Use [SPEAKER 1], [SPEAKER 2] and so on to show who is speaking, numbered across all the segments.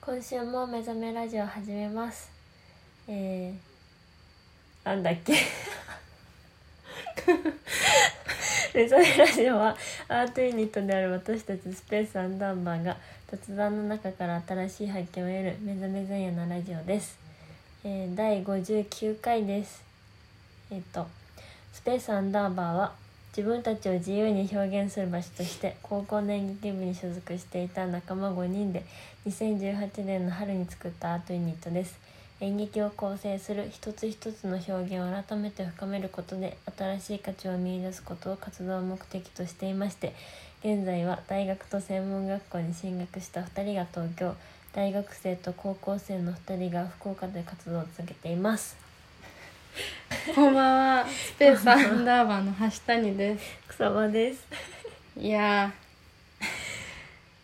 [SPEAKER 1] 今週も目覚めラジオ始めますえー、なんだっけ 目覚めラジオはアートユニットである私たちスペースアンダンバーが雑談の中から新しい発見を得る目覚め前夜のラジオです、えー、第59回ですえっ、とスペースアンダーバーは自分たちを自由に表現する場所として高校の演劇部に所属していた仲間5人で2018年の春に作ったアートユニットです演劇を構成する一つ一つの表現を改めて深めることで新しい価値を見出すことを活動目的としていまして現在は大学と専門学校に進学した2人が東京大学生と高校生の2人が福岡で活動を続けています
[SPEAKER 2] こんばんは、スペースアンダーバーの橋谷です。
[SPEAKER 1] 草場です
[SPEAKER 2] いや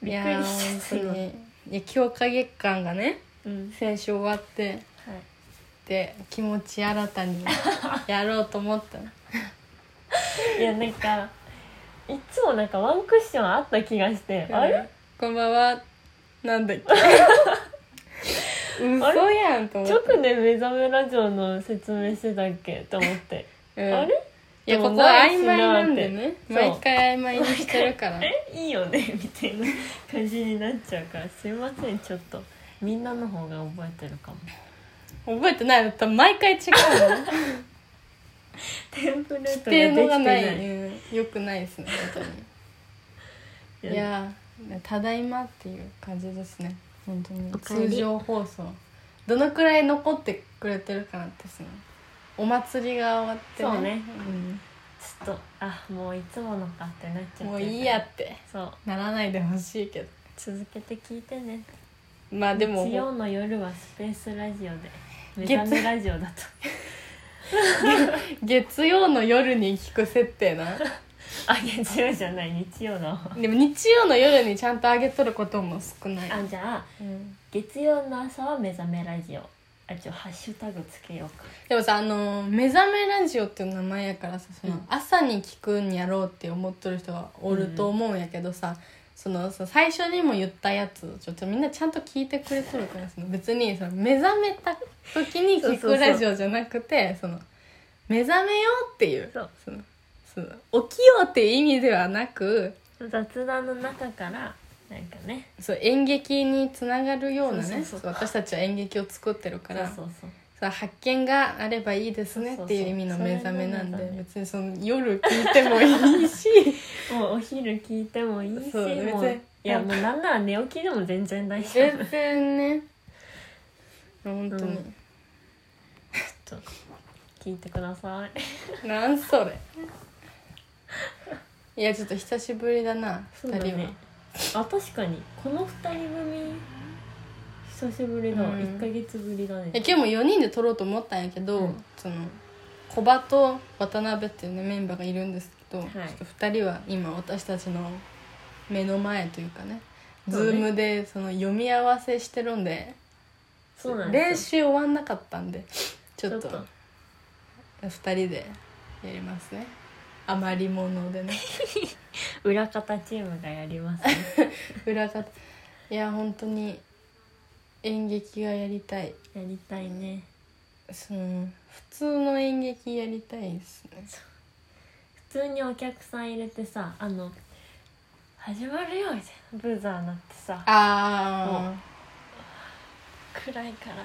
[SPEAKER 2] ー、いや
[SPEAKER 1] びっく
[SPEAKER 2] ー、
[SPEAKER 1] りした
[SPEAKER 2] 本当に。いや、強化月間がね、
[SPEAKER 1] うん
[SPEAKER 2] 先週終わって、
[SPEAKER 1] はい
[SPEAKER 2] で、気持ち新たにやろうと思った。
[SPEAKER 1] いやなんかいつもなんかワンクッションあった気がして、あれ
[SPEAKER 2] こんばんは、なんだっけ。
[SPEAKER 1] あ
[SPEAKER 2] 嘘やんと思っ
[SPEAKER 1] 直で目覚めラジオの説明してたっけと思って、
[SPEAKER 2] て。うん
[SPEAKER 1] あれ
[SPEAKER 2] いや、
[SPEAKER 1] で
[SPEAKER 2] こ
[SPEAKER 1] も
[SPEAKER 2] こ
[SPEAKER 1] ない
[SPEAKER 2] 曖
[SPEAKER 1] し
[SPEAKER 2] 昧
[SPEAKER 1] な
[SPEAKER 2] な
[SPEAKER 1] ーって
[SPEAKER 2] んでね。
[SPEAKER 1] そう
[SPEAKER 2] 毎回曖昧にしてるから。
[SPEAKER 1] えいいよねみたいな感じになっちゃうからすいませんちょっとみんなの方が覚えてるかも
[SPEAKER 2] 覚えてないの多分毎回 違うの。
[SPEAKER 1] テンプレートができ
[SPEAKER 2] ってていうのがな
[SPEAKER 1] ないい
[SPEAKER 2] うん、よくないですね本当にいやーただいまっていう感じですね本当に
[SPEAKER 1] おかえり
[SPEAKER 2] 通常放送どのくらい残ってくれてるかなってですねお祭りが終わって
[SPEAKER 1] そうね
[SPEAKER 2] うん
[SPEAKER 1] ちょっとあもういつものかってなっちゃってるから
[SPEAKER 2] もういいやって
[SPEAKER 1] そう
[SPEAKER 2] ならないでほしいけど
[SPEAKER 1] 続けて聞いてね
[SPEAKER 2] まあでも
[SPEAKER 1] 日曜の夜はスペースラジオで目覚めラジオだと
[SPEAKER 2] 月曜の夜に聞く設定な
[SPEAKER 1] あ月曜じゃない日曜の方
[SPEAKER 2] でも日曜の夜にちゃんと上げとることも少ない
[SPEAKER 1] あじゃあ
[SPEAKER 2] うん
[SPEAKER 1] 月曜の朝は目覚めラジオあちょハッシュタグつけようか
[SPEAKER 2] でもさあのー目覚めラジオっていう名前やからさその、
[SPEAKER 1] うん
[SPEAKER 2] 朝に聞くんやろうって思っとる人がおると思うんやけどさ、そのさ最初にも言ったやつちょっとみんなちゃんと聞いてくれとるからその別にさ目覚めた時に聞
[SPEAKER 1] そうそうそう
[SPEAKER 2] くラジオじゃなくてその目覚めようっていう
[SPEAKER 1] そう
[SPEAKER 2] そのその起きようっていう意味ではなく
[SPEAKER 1] 雑談の中からなんかね
[SPEAKER 2] そう演劇につながるようなね
[SPEAKER 1] そうそうそう
[SPEAKER 2] そう私たちは演劇を作ってるから。
[SPEAKER 1] そうそう
[SPEAKER 2] さ発見があればいいですねっていう意味の目覚めなんで
[SPEAKER 1] そうそうそう
[SPEAKER 2] 別にその夜聞いてもいいし
[SPEAKER 1] そうもうお昼聞いてもいいし
[SPEAKER 2] そう
[SPEAKER 1] も
[SPEAKER 2] 別
[SPEAKER 1] う
[SPEAKER 2] に
[SPEAKER 1] いやもうなんなら寝起きでも全然大丈夫
[SPEAKER 2] 全然ね本当に、
[SPEAKER 1] ちょっと聞いてください
[SPEAKER 2] なんそれいやちょっと久しぶりだな
[SPEAKER 1] そう
[SPEAKER 2] 二
[SPEAKER 1] だ
[SPEAKER 2] 人は、
[SPEAKER 1] ねあ確かにこの二人組久しぶりだわ
[SPEAKER 2] うん
[SPEAKER 1] 一、ヶ月ぶりだね
[SPEAKER 2] いや今日も4人で撮ろうと思ったんやけど、
[SPEAKER 1] うん
[SPEAKER 2] その小葉と渡辺っていうねメンバーがいるんですけど、
[SPEAKER 1] い
[SPEAKER 2] ちょっと2人は今私たちの目の前というかねズ
[SPEAKER 1] そうね
[SPEAKER 2] ームでその読み合わせしてるんで。
[SPEAKER 1] そうなんで
[SPEAKER 2] 練
[SPEAKER 1] す
[SPEAKER 2] 習終わんなかったんでち
[SPEAKER 1] よ
[SPEAKER 2] ょっと2人でやりますね余り 物でね
[SPEAKER 1] 裏方チームがやりますね
[SPEAKER 2] 裏方いや本当に演劇がやりたい
[SPEAKER 1] やりたいね
[SPEAKER 2] その普通の演劇やりたいですね
[SPEAKER 1] 普通にお客さん入れてさあの「始まるよ」みたいなブザーなってさ
[SPEAKER 2] あ
[SPEAKER 1] 暗いから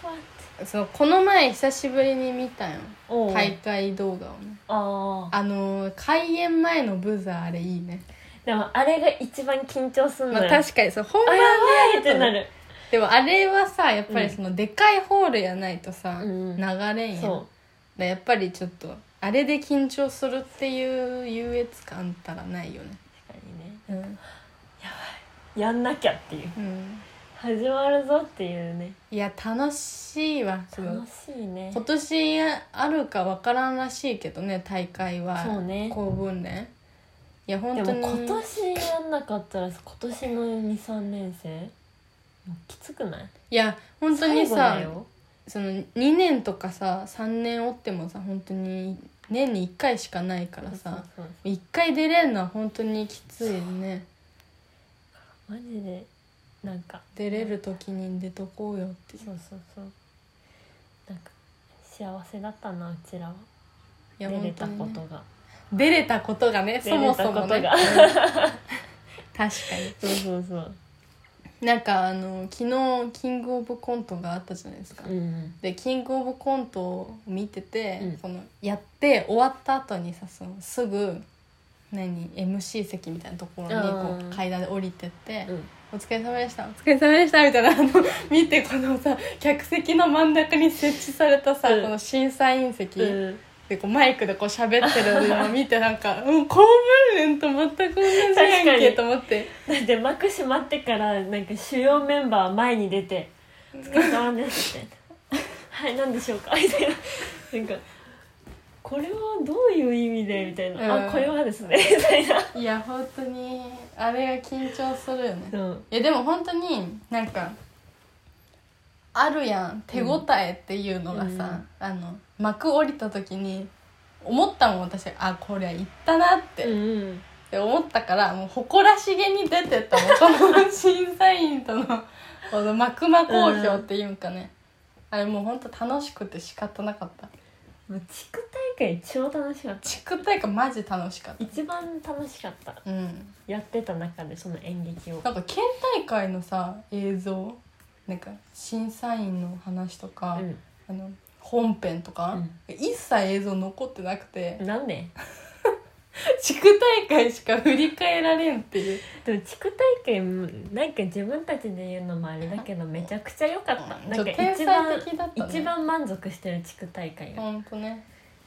[SPEAKER 1] ふわって
[SPEAKER 2] あそのこの前久しぶりに見たよ
[SPEAKER 1] おう
[SPEAKER 2] 大会動画をね
[SPEAKER 1] ああ
[SPEAKER 2] あのー開演前のブザーあれいいね、
[SPEAKER 1] でもあれが一番緊張するの
[SPEAKER 2] まあ、
[SPEAKER 1] よ、
[SPEAKER 2] 確かにそう本
[SPEAKER 1] あ
[SPEAKER 2] 番
[SPEAKER 1] やばいっ
[SPEAKER 2] でや
[SPEAKER 1] て
[SPEAKER 2] ると
[SPEAKER 1] な
[SPEAKER 2] ね
[SPEAKER 1] る
[SPEAKER 2] でもあれはさやっぱりそのでかいホールやないとさ、
[SPEAKER 1] うん
[SPEAKER 2] 流れんやん
[SPEAKER 1] そ
[SPEAKER 2] だやっぱりちょっとあれで緊張するっていう優越感ったらないよね
[SPEAKER 1] う確かにね
[SPEAKER 2] うん、
[SPEAKER 1] やんなきゃっていう始まるぞっていうね
[SPEAKER 2] いや楽しいわその
[SPEAKER 1] 楽しいね
[SPEAKER 2] 今年あるかわからんらしいけどね大会は
[SPEAKER 1] そうね
[SPEAKER 2] 高分連いや本
[SPEAKER 1] で
[SPEAKER 2] 当
[SPEAKER 1] も
[SPEAKER 2] に
[SPEAKER 1] 今年やんなかったら今年の23年生もうきつくない
[SPEAKER 2] いや本当に
[SPEAKER 1] 最後だ
[SPEAKER 2] さ
[SPEAKER 1] よ
[SPEAKER 2] その2年とかさ3年おってもさ本当に年に1回しかないからさ
[SPEAKER 1] そうそう
[SPEAKER 2] 1回出れんのは本当にきついね
[SPEAKER 1] マジでなんか
[SPEAKER 2] 出れる時に出とこうよっていう
[SPEAKER 1] そうそうそうなんか幸せだったなうちらはい出
[SPEAKER 2] や
[SPEAKER 1] れたこ
[SPEAKER 2] 本当
[SPEAKER 1] と
[SPEAKER 2] にね
[SPEAKER 1] が、
[SPEAKER 2] 出れたことがねそもそも
[SPEAKER 1] 出れ
[SPEAKER 2] ね
[SPEAKER 1] たこ
[SPEAKER 2] 確か
[SPEAKER 1] そうそうそう
[SPEAKER 2] になんかあの昨日キングオブコントがあったじゃないですか、
[SPEAKER 1] うん
[SPEAKER 2] でキングオブコントを見てて、
[SPEAKER 1] うん
[SPEAKER 2] そのやって終わった後にさそのすぐ何 MC 席みたいなところに
[SPEAKER 1] あ
[SPEAKER 2] こ
[SPEAKER 1] ー
[SPEAKER 2] う階段で降りてって
[SPEAKER 1] う、ん
[SPEAKER 2] お疲れ様でしたお疲れ様でしたみたいなあの見てこのさ客席の真ん中に設置されたさ、
[SPEAKER 1] うん
[SPEAKER 2] この審査員席、
[SPEAKER 1] うん
[SPEAKER 2] でこうマイクでこう喋ってるのを見てなんか、うん、公文連と全く同じやん
[SPEAKER 1] 確か
[SPEAKER 2] け
[SPEAKER 1] に
[SPEAKER 2] と思って
[SPEAKER 1] だって幕閉まってからなんか主要メンバー前に出て「お疲れ様です」みたいな「 はい何でしょうか」みたいななんか「これはどういう意味で?」みたいな「
[SPEAKER 2] うん
[SPEAKER 1] あこれはですね」 みたいない
[SPEAKER 2] や本当にあれが緊張するよね
[SPEAKER 1] そう
[SPEAKER 2] いやでも本当になんかあるやん手応えっていうのがさ、あの幕降りた時に思ったもん私あこりゃ行ったなって、
[SPEAKER 1] う
[SPEAKER 2] っ
[SPEAKER 1] ん
[SPEAKER 2] て思ったからもう誇らしげに出てったもんこの審査員との この幕間公表っていうんかね、あれもう本当楽しくて仕方なかった
[SPEAKER 1] もう地区大会超楽しかった
[SPEAKER 2] 地区大会マジ楽しかっ
[SPEAKER 1] 一番楽しかった
[SPEAKER 2] たうん
[SPEAKER 1] やってた中でその演劇を
[SPEAKER 2] なんか県大会のさ映像なんか審査員の話とか、
[SPEAKER 1] う
[SPEAKER 2] あの本編とか、一切映像残ってなくて、
[SPEAKER 1] んなんで
[SPEAKER 2] 地区大会しか振り返られんっていう
[SPEAKER 1] でも地区大会もなんか自分たちで言うのもあれだけどめちゃくちゃ良かった
[SPEAKER 2] うん
[SPEAKER 1] なんか
[SPEAKER 2] ちょっと
[SPEAKER 1] 一
[SPEAKER 2] 天
[SPEAKER 1] 番
[SPEAKER 2] 才的だったね
[SPEAKER 1] 一番満足してる地区大会が、
[SPEAKER 2] 本当ね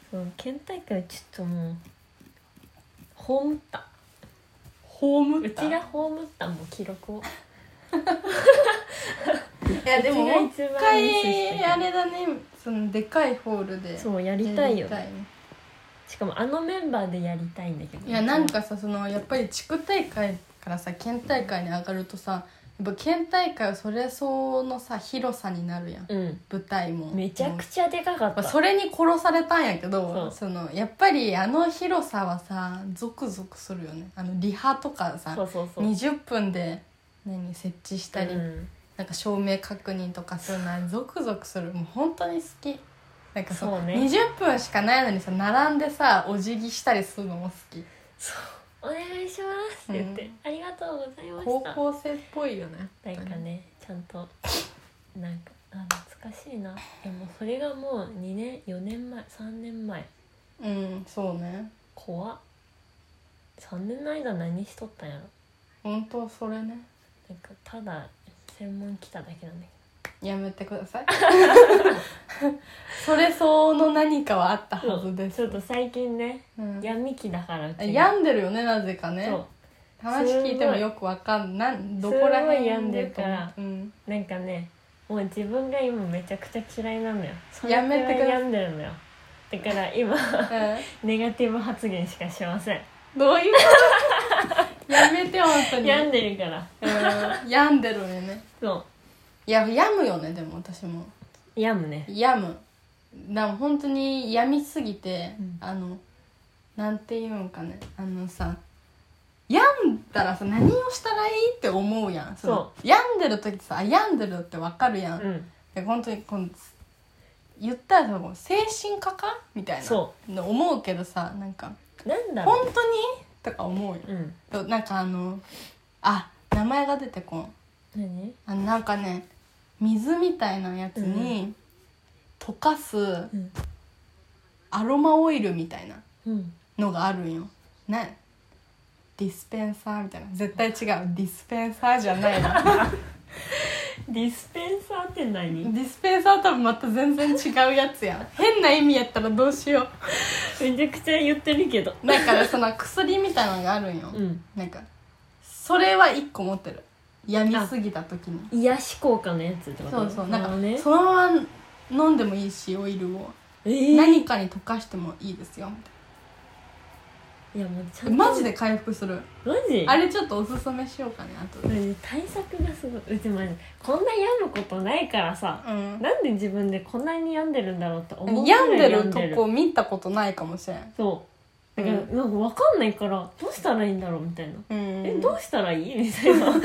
[SPEAKER 1] そう県大会はちょっともうホームった
[SPEAKER 2] ホーム
[SPEAKER 1] うちがホームったもう記録を
[SPEAKER 2] いやでももう
[SPEAKER 1] うちが
[SPEAKER 2] 一
[SPEAKER 1] 一番ミスして
[SPEAKER 2] 回
[SPEAKER 1] た
[SPEAKER 2] あれだねそのでかいホールで
[SPEAKER 1] そうや
[SPEAKER 2] や
[SPEAKER 1] りたいよ
[SPEAKER 2] りた
[SPEAKER 1] ねしかもあのメンバーでやりたいんだけど
[SPEAKER 2] いやなんかさそのやっぱり地区大会からさ県大会に上がるとさやっぱ県大会はそれ相応のさ広さになるやん、
[SPEAKER 1] うん
[SPEAKER 2] 舞台も
[SPEAKER 1] めちゃくちゃでかかっ
[SPEAKER 2] ま
[SPEAKER 1] た
[SPEAKER 2] あ、それに殺されたんやけ
[SPEAKER 1] そ
[SPEAKER 2] ど
[SPEAKER 1] う
[SPEAKER 2] そのやっぱりあの広さはさゾクゾクするよねあのリハとかさ
[SPEAKER 1] そうそうそう
[SPEAKER 2] 20分で何設置したり、
[SPEAKER 1] うん
[SPEAKER 2] なんか照明確認とかするのはゾクゾクするもう本当に好きなんかそう
[SPEAKER 1] そうね
[SPEAKER 2] 20分しかないのにさ並んでさお辞儀したりするのも好き
[SPEAKER 1] お願いしますって言って、
[SPEAKER 2] うん
[SPEAKER 1] ありがとうございま
[SPEAKER 2] 高
[SPEAKER 1] した
[SPEAKER 2] 校生っぽいよね
[SPEAKER 1] なんかねちゃんとなんかあ懐かしいなでもそれがもう2年4年前3年前
[SPEAKER 2] うんそうね
[SPEAKER 1] 怖っ3年の間何しとったんやろ
[SPEAKER 2] 本当それね
[SPEAKER 1] なんかただ専門来ただけなんだ
[SPEAKER 2] やめてくだ さいそれ相応の何かはあった
[SPEAKER 1] けど
[SPEAKER 2] はずです
[SPEAKER 1] ちょっと最近ね
[SPEAKER 2] うん
[SPEAKER 1] 闇期だからう
[SPEAKER 2] あ
[SPEAKER 1] ちが
[SPEAKER 2] 病んでるよねなぜかね
[SPEAKER 1] そ
[SPEAKER 2] 話聞いてもよくわかんなんどこら
[SPEAKER 1] すごい
[SPEAKER 2] 辺
[SPEAKER 1] 病んでるから
[SPEAKER 2] うん、
[SPEAKER 1] うなんかねもう自分が今めちゃくちゃ嫌いなのよそれ
[SPEAKER 2] やめてく
[SPEAKER 1] くら
[SPEAKER 2] ださい
[SPEAKER 1] い病んでるのよだから今
[SPEAKER 2] う
[SPEAKER 1] ネガティブ発言しかしません
[SPEAKER 2] ん、どういうことやめて本当 に
[SPEAKER 1] 病んでるから
[SPEAKER 2] うん病んでるよね
[SPEAKER 1] そ
[SPEAKER 2] いや病むよねでも私も
[SPEAKER 1] う病むね
[SPEAKER 2] 病むだから本当に病みすぎて、
[SPEAKER 1] うん
[SPEAKER 2] あのなんて言うんかねあのさ病んだらさ何をしたらいいって思うやんの
[SPEAKER 1] そ
[SPEAKER 2] 病んでる時さあ病んでるってわかるやん
[SPEAKER 1] うん
[SPEAKER 2] で本当にこの言ったらさもう精神科かみたい
[SPEAKER 1] そ
[SPEAKER 2] なの思うけどさなんか
[SPEAKER 1] なん
[SPEAKER 2] 「
[SPEAKER 1] だろ
[SPEAKER 2] 本当に?」とか思うよ
[SPEAKER 1] ううん
[SPEAKER 2] となんかあのあ名前が出てこん
[SPEAKER 1] 何
[SPEAKER 2] あのなんかね水みたいなやつに溶かす
[SPEAKER 1] うん
[SPEAKER 2] アロマオイルみたいな
[SPEAKER 1] うん
[SPEAKER 2] のがあるんよなディスペンサーみたいな絶対違うディスペンサーじゃない な
[SPEAKER 1] ディスペンサーって
[SPEAKER 2] デ
[SPEAKER 1] 何
[SPEAKER 2] ィスペンサーとはまた全然違うやつやん変な意味やったらどうしよう
[SPEAKER 1] めちゃくちゃ言ってるけど
[SPEAKER 2] だからその薬みたいなのがあるんよ、
[SPEAKER 1] うん
[SPEAKER 2] なんかそれは一個持ってる病みすぎた時に
[SPEAKER 1] 癒し効果のやつってこと
[SPEAKER 2] そうそうなん
[SPEAKER 1] あ
[SPEAKER 2] か
[SPEAKER 1] のね
[SPEAKER 2] そのまま飲んでもいいしオイルを
[SPEAKER 1] えー
[SPEAKER 2] 何かに溶かしてもいいですよみた
[SPEAKER 1] いやもうちゃ
[SPEAKER 2] い
[SPEAKER 1] んと
[SPEAKER 2] なマジで回復する
[SPEAKER 1] マジ
[SPEAKER 2] あれちょっとおすすめしようかねあとで
[SPEAKER 1] うん対策がすごいうちマジこんな病むことないからさ
[SPEAKER 2] うん
[SPEAKER 1] なんで自分でこんなに病んでるんだろうって思うぐらい
[SPEAKER 2] 病んでるとこ見たことないかもしれん
[SPEAKER 1] そうだから、
[SPEAKER 2] うん
[SPEAKER 1] なんか分かんないからどうしたらいいんだろうみたいな、
[SPEAKER 2] うん
[SPEAKER 1] えどうしたらいいみたいななんか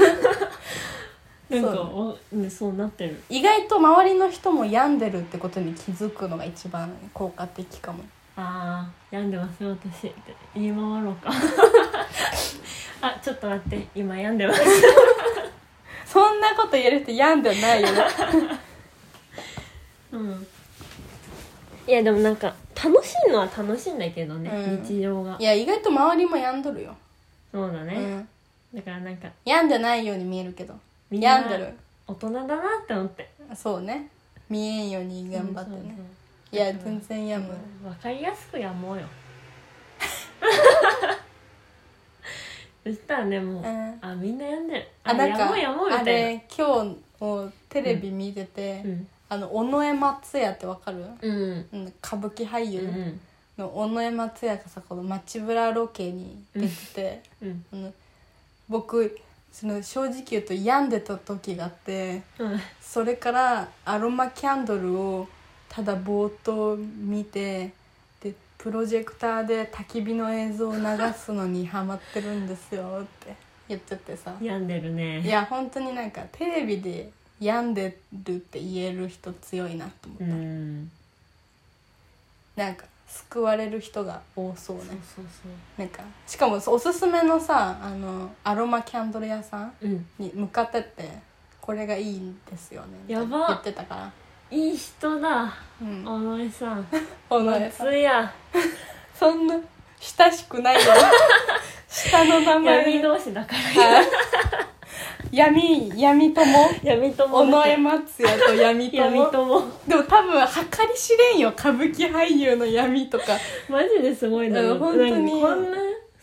[SPEAKER 2] そう
[SPEAKER 1] おうんそうなってる
[SPEAKER 2] 意外と周りの人も病んでるってことに気づくのが一番効果的かも
[SPEAKER 1] ああ病んでますよ私って言い回ろうか あちょっと待って今病んでます
[SPEAKER 2] そんなこと言える人病んでな いよね
[SPEAKER 1] うんいやでもなんか楽しいのは楽しいんだけどね、
[SPEAKER 2] うん
[SPEAKER 1] 日常が
[SPEAKER 2] いや意外と周りも病んどるよ、
[SPEAKER 1] そうだ
[SPEAKER 2] う
[SPEAKER 1] ね、
[SPEAKER 2] ん、
[SPEAKER 1] だからなんか
[SPEAKER 2] 病んでないように見えるけど
[SPEAKER 1] みんな
[SPEAKER 2] 病んでる
[SPEAKER 1] 大人だなって思って
[SPEAKER 2] そうね見えんように頑張ってね、
[SPEAKER 1] うんそう
[SPEAKER 2] いや全然病む、
[SPEAKER 1] そうわかりやすくや もうよそしたらねもう、
[SPEAKER 2] うん
[SPEAKER 1] あみんな病んでる
[SPEAKER 2] あなん
[SPEAKER 1] や
[SPEAKER 2] か
[SPEAKER 1] もうやもうみ
[SPEAKER 2] あ
[SPEAKER 1] たいな
[SPEAKER 2] れ今日をテレビ見てて、
[SPEAKER 1] うん
[SPEAKER 2] あの尾上松也ってわかる、
[SPEAKER 1] うん
[SPEAKER 2] うん、歌舞伎俳
[SPEAKER 1] う
[SPEAKER 2] 優
[SPEAKER 1] ん
[SPEAKER 2] の尾上松也がさこの街ブラロケに出てて、
[SPEAKER 1] うん
[SPEAKER 2] あの僕その正直言うと病んでた時があって
[SPEAKER 1] うん
[SPEAKER 2] それからアロマキャンドルをただぼーっと見てでプロジェクターで焚き火の映像を流すのにハマってるんですよって言っちゃってさ
[SPEAKER 1] 病んでるね
[SPEAKER 2] いや本当になんかテレビで病んでるって言える人強いなと思っ
[SPEAKER 1] う
[SPEAKER 2] た、
[SPEAKER 1] ん
[SPEAKER 2] なんか救われる人が多そうね
[SPEAKER 1] そうそうそ
[SPEAKER 2] なんかしかもおすすめのさあのアロマキャンドル屋さん
[SPEAKER 1] ううん
[SPEAKER 2] に向かってってこれがいいんですよね
[SPEAKER 1] やば
[SPEAKER 2] みたいな言ってたから
[SPEAKER 1] いい人だ
[SPEAKER 2] うん
[SPEAKER 1] 小野井さん
[SPEAKER 2] お前さ
[SPEAKER 1] 松屋
[SPEAKER 2] そんな親し くないよ下の名
[SPEAKER 1] 闇
[SPEAKER 2] 前
[SPEAKER 1] 同士だから
[SPEAKER 2] はい闇闇友
[SPEAKER 1] 闇友
[SPEAKER 2] 尾上松也と闇
[SPEAKER 1] 闇友
[SPEAKER 2] 友でも多分計り知れんよ歌舞伎俳優の闇とか
[SPEAKER 1] マジですごいな
[SPEAKER 2] うん本当に
[SPEAKER 1] なんかこんな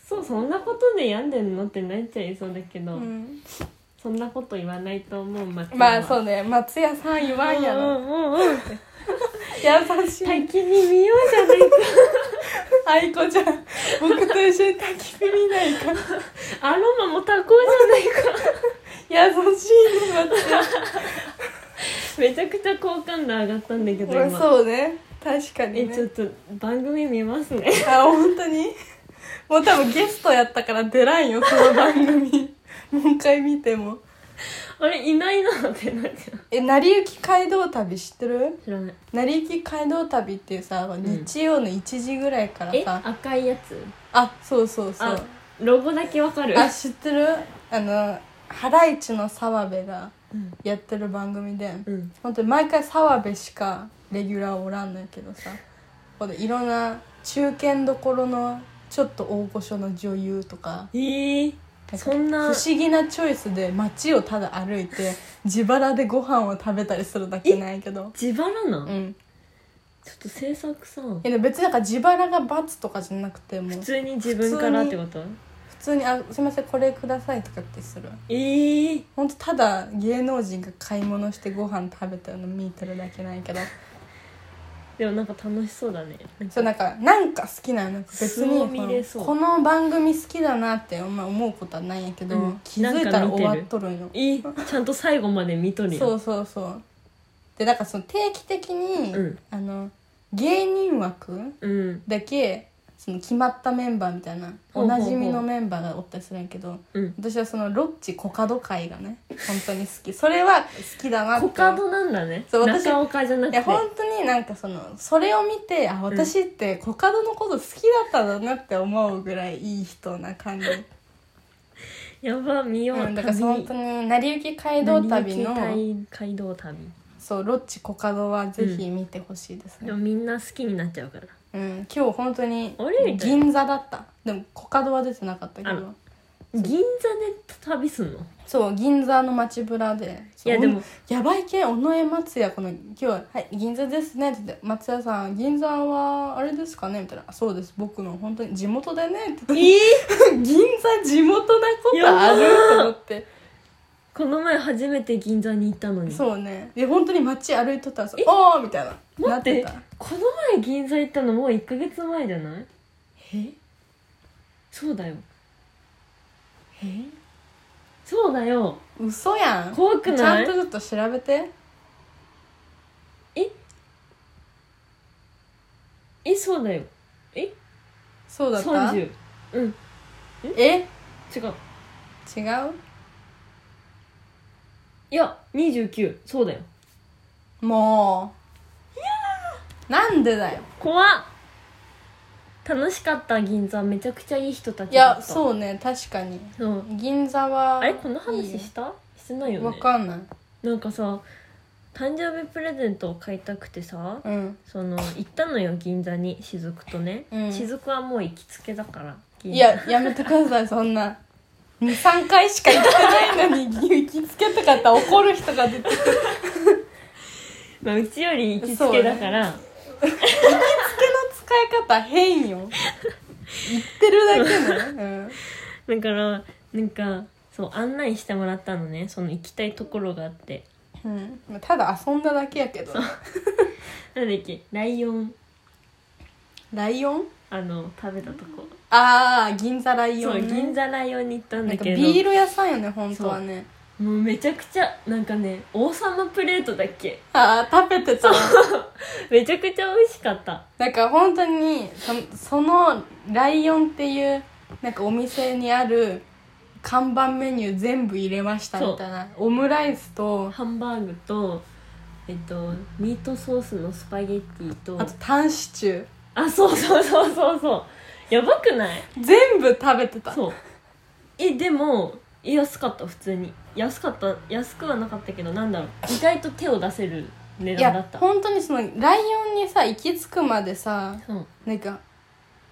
[SPEAKER 1] そうそんなことで病んでんのってなっちゃいそうだけど、
[SPEAKER 2] うん
[SPEAKER 1] そんなこと言わないと思う松
[SPEAKER 2] まあそううね松也さん言わんや
[SPEAKER 1] う
[SPEAKER 2] ろ
[SPEAKER 1] んうんうんうん
[SPEAKER 2] 優しい
[SPEAKER 1] 滝に見ようじゃないか
[SPEAKER 2] 愛子ちゃん僕と一緒に焚き火見ないか
[SPEAKER 1] アロマも炊こうじゃないか
[SPEAKER 2] 優しいね松也
[SPEAKER 1] めちゃくちゃ好感度上がったんだけど
[SPEAKER 2] まあ
[SPEAKER 1] 今
[SPEAKER 2] そうね確かに
[SPEAKER 1] え
[SPEAKER 2] ね
[SPEAKER 1] ちょっと番組見ますね
[SPEAKER 2] あ本当にもう多分ゲストやったから出らんよその番組 もう一回見ても
[SPEAKER 1] あれいないなってなっちゃう
[SPEAKER 2] え成り行き街道旅知ってる
[SPEAKER 1] 知らない
[SPEAKER 2] 成り行き街道旅っていうさ日曜の1時ぐらいから
[SPEAKER 1] え
[SPEAKER 2] さ、あ
[SPEAKER 1] 赤いやつ
[SPEAKER 2] そうそうそう
[SPEAKER 1] あロゴだけわかる
[SPEAKER 2] あ知ってるあのハライチの澤部が
[SPEAKER 1] うん
[SPEAKER 2] やってる番組で、
[SPEAKER 1] うん
[SPEAKER 2] 本当に毎回澤部しかレギュラーおらんのやけどさほんでいろんな中堅どころのちょっと大御所の女優とか
[SPEAKER 1] えー、そん
[SPEAKER 2] 不
[SPEAKER 1] な
[SPEAKER 2] 思議なチョイスで街をただ歩いて自腹でご飯を食べたりするだけなんやけど
[SPEAKER 1] 自腹な、
[SPEAKER 2] うん
[SPEAKER 1] ちょ
[SPEAKER 2] ん
[SPEAKER 1] っと制作さん
[SPEAKER 2] いや別になんか自腹が罰とかじゃなくてもう
[SPEAKER 1] 普
[SPEAKER 2] 普
[SPEAKER 1] 通に自分からってこと
[SPEAKER 2] 通に「あすいませんこれください」とかってする
[SPEAKER 1] えー、
[SPEAKER 2] ほんとただ芸能人が買い物してご飯食べてるの見てるだけなんやけど
[SPEAKER 1] でもなんか楽しそうだね
[SPEAKER 2] そうなんかなんか好きなの別に
[SPEAKER 1] そう見れそう
[SPEAKER 2] この番組好きだなってお前思うことはないんやけど、
[SPEAKER 1] うん
[SPEAKER 2] 気づいた
[SPEAKER 1] な
[SPEAKER 2] ら
[SPEAKER 1] んか見て
[SPEAKER 2] 終
[SPEAKER 1] る
[SPEAKER 2] わっとるんよ
[SPEAKER 1] えちゃんと最後まで見とる
[SPEAKER 2] そ
[SPEAKER 1] よ
[SPEAKER 2] うそうそうでなんかその定期的に、
[SPEAKER 1] うん
[SPEAKER 2] あの芸人枠
[SPEAKER 1] うん
[SPEAKER 2] だけその決まったメンバーみたいな
[SPEAKER 1] ほうほうほ
[SPEAKER 2] お
[SPEAKER 1] う
[SPEAKER 2] なじみのメンバーがおったりするんやけど
[SPEAKER 1] うん
[SPEAKER 2] 私はそのロッチコカド会がね本当に好きそれは好きだなって
[SPEAKER 1] コカドなんだね
[SPEAKER 2] そう私
[SPEAKER 1] 中岡じゃないくて
[SPEAKER 2] や本当になんかそのそれを見てあ私ってコカドのこと好きだったんだなって思うぐらいいい人な感じ、
[SPEAKER 1] やば見よう、
[SPEAKER 2] うん、だから
[SPEAKER 1] 旅
[SPEAKER 2] 本当に成り行き街道旅の
[SPEAKER 1] 成り行き街道旅
[SPEAKER 2] そうロッチコカドはぜひ見てほしいですね、
[SPEAKER 1] でもみんな好きになっちゃうから
[SPEAKER 2] うん、今日本当に
[SPEAKER 1] あれみたいな
[SPEAKER 2] 銀座だったでもコカドは出てなかったけ
[SPEAKER 1] あ
[SPEAKER 2] ど
[SPEAKER 1] ら銀座で旅すんの
[SPEAKER 2] そう銀座の街ぶらで
[SPEAKER 1] いや
[SPEAKER 2] そう
[SPEAKER 1] でも
[SPEAKER 2] やばい系尾上松也この今日は「はい銀座ですね」って言って「松也さん銀座はあれですかね?」みたいなあ「そうです僕の本当に地元で ね」って言って「 銀座地元なことある?」と思って
[SPEAKER 1] この前初めて銀座に行ったのに
[SPEAKER 2] そうねで本当に街歩いとったらさ「おー!」みたいな
[SPEAKER 1] 待って
[SPEAKER 2] なってた
[SPEAKER 1] この前銀座行ったのもう1ヶ月前じゃない
[SPEAKER 2] え
[SPEAKER 1] そうだよ
[SPEAKER 2] え
[SPEAKER 1] そうだよ
[SPEAKER 2] 嘘やん
[SPEAKER 1] 怖くない
[SPEAKER 2] ちゃんとちょっと調べて
[SPEAKER 1] ええそうだよえ
[SPEAKER 2] そうだった
[SPEAKER 1] 30うん違う
[SPEAKER 2] え違う
[SPEAKER 1] いや29そうだよ
[SPEAKER 2] もうなんでだよ
[SPEAKER 1] 怖っ楽しかった銀座めちゃくちゃいい人たち
[SPEAKER 2] いや
[SPEAKER 1] う
[SPEAKER 2] そうね確かに
[SPEAKER 1] そう
[SPEAKER 2] 銀座は
[SPEAKER 1] あれこの
[SPEAKER 2] いい
[SPEAKER 1] 話したしてないよ
[SPEAKER 2] わ
[SPEAKER 1] ね
[SPEAKER 2] かんない
[SPEAKER 1] なんかさ誕生日プレゼントを買いたくてさ
[SPEAKER 2] うん
[SPEAKER 1] その行ったのよ銀座に雫とね、
[SPEAKER 2] うん
[SPEAKER 1] 雫はもう行きつけだから銀座
[SPEAKER 2] いややめてくださいそんな23回しか行ってないのに行きつけとかあったら怒る人が出て行きつ
[SPEAKER 1] まあうちより行きつけだから
[SPEAKER 2] けの使い方変よ言ってるだけね、うん、
[SPEAKER 1] だからなんかそう案内してもらったのねその行きたいところがあって
[SPEAKER 2] うん、ただ遊んだだけやけど
[SPEAKER 1] なんだっけライオン
[SPEAKER 2] ライオン
[SPEAKER 1] あの食べたとこ、
[SPEAKER 2] ああ銀座ライオ
[SPEAKER 1] そう
[SPEAKER 2] ン、ね、
[SPEAKER 1] 銀座ライオンに行ったん
[SPEAKER 2] な
[SPEAKER 1] だ
[SPEAKER 2] んか
[SPEAKER 1] けど
[SPEAKER 2] ビール屋さんよね本当はね
[SPEAKER 1] もうめちゃくちゃなんかね王様プレートだっけ
[SPEAKER 2] ああ食べてた
[SPEAKER 1] めちゃくちゃ美味しかった
[SPEAKER 2] なんか本当にそそのライオンっていうなんかお店にある看板メニュー全部入れましたみたいなオムライスと
[SPEAKER 1] ハンバーグとえっとミートソースのスパゲッティと
[SPEAKER 2] あとタンシチュー
[SPEAKER 1] あそうそうそうそうそうやばくない
[SPEAKER 2] 全部食べてた
[SPEAKER 1] そうえでもえ安かった普通に安かった安くはなかったけどなんだろう意外と手を出せる値
[SPEAKER 2] い
[SPEAKER 1] 段だっ
[SPEAKER 2] や
[SPEAKER 1] た
[SPEAKER 2] 本当にそのライオンにさ行き着くまでさ
[SPEAKER 1] そう
[SPEAKER 2] なんか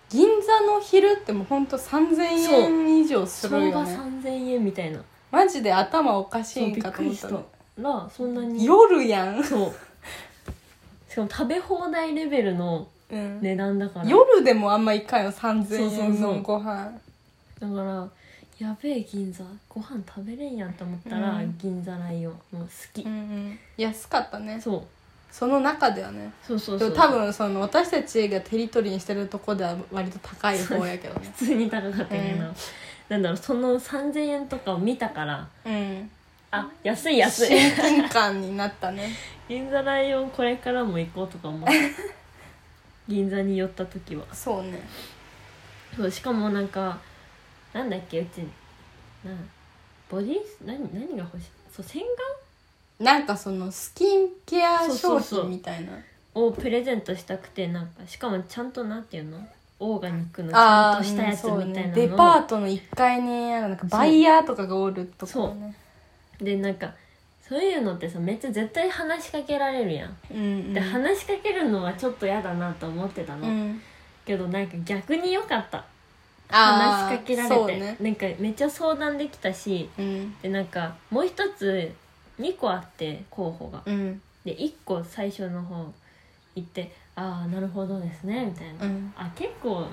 [SPEAKER 2] 銀座の昼ってもう本当3000円以上する
[SPEAKER 1] 相
[SPEAKER 2] よ
[SPEAKER 1] 場
[SPEAKER 2] ね
[SPEAKER 1] 3000円みたいな
[SPEAKER 2] マジで頭おかしいん
[SPEAKER 1] そうび
[SPEAKER 2] か
[SPEAKER 1] っ
[SPEAKER 2] と
[SPEAKER 1] く
[SPEAKER 2] 思っ
[SPEAKER 1] り
[SPEAKER 2] た
[SPEAKER 1] した
[SPEAKER 2] の
[SPEAKER 1] らそんなに
[SPEAKER 2] 夜やん、
[SPEAKER 1] そうしかも食べ放題レベルの
[SPEAKER 2] うん
[SPEAKER 1] 値段だからだか
[SPEAKER 2] 夜でもあんまいかんよ3000
[SPEAKER 1] そう
[SPEAKER 2] 円
[SPEAKER 1] そうそ
[SPEAKER 2] の
[SPEAKER 1] う
[SPEAKER 2] ご飯
[SPEAKER 1] らやべえ銀座ご飯食べれんやんと思ったら、
[SPEAKER 2] うん
[SPEAKER 1] 銀座ライオンもう好き、
[SPEAKER 2] うんうん安かったね
[SPEAKER 1] そう
[SPEAKER 2] その中ではね
[SPEAKER 1] そうそう
[SPEAKER 2] で
[SPEAKER 1] そう
[SPEAKER 2] も多分その私たちがテリトリーにしてるとこでは割と高い方やけど ね
[SPEAKER 1] 普通に高かったけど、
[SPEAKER 2] うん
[SPEAKER 1] なんだろうその3000円とかを見たから
[SPEAKER 2] うん
[SPEAKER 1] あ安い安い
[SPEAKER 2] 親近感になったね
[SPEAKER 1] 銀座ライオンこれからも行こうとか思って 銀座に寄った時は
[SPEAKER 2] そうね
[SPEAKER 1] そうしかもなんかなんだっけうちなボディ何何が欲しいそう洗
[SPEAKER 2] なんかそのスキンケア
[SPEAKER 1] そ
[SPEAKER 2] 商
[SPEAKER 1] うそうそう
[SPEAKER 2] 品みたいな
[SPEAKER 1] 顔をプレゼントしたくてなんかしかもちゃんとなんていうのオーガニックのちゃん
[SPEAKER 2] あ
[SPEAKER 1] と
[SPEAKER 2] あ
[SPEAKER 1] したやつみたいなのを、
[SPEAKER 2] デパートの1階にあるなんかバイヤーとかがおるとこね
[SPEAKER 1] でなんかそういうのってさめっちゃ絶対話しかけられるやん、
[SPEAKER 2] うんうん
[SPEAKER 1] で話しかけるのはちょっと嫌だなと思ってたの、
[SPEAKER 2] うん
[SPEAKER 1] けどなんか逆に良かった
[SPEAKER 2] あー
[SPEAKER 1] 話しかけられて
[SPEAKER 2] そう、ね
[SPEAKER 1] なんかめっちゃ相談できたし
[SPEAKER 2] うん
[SPEAKER 1] でなんかもう一つ2個あって候補が
[SPEAKER 2] うん
[SPEAKER 1] で1個最初の方行って「ああなるほどですね」みたいな「
[SPEAKER 2] うん
[SPEAKER 1] あ結構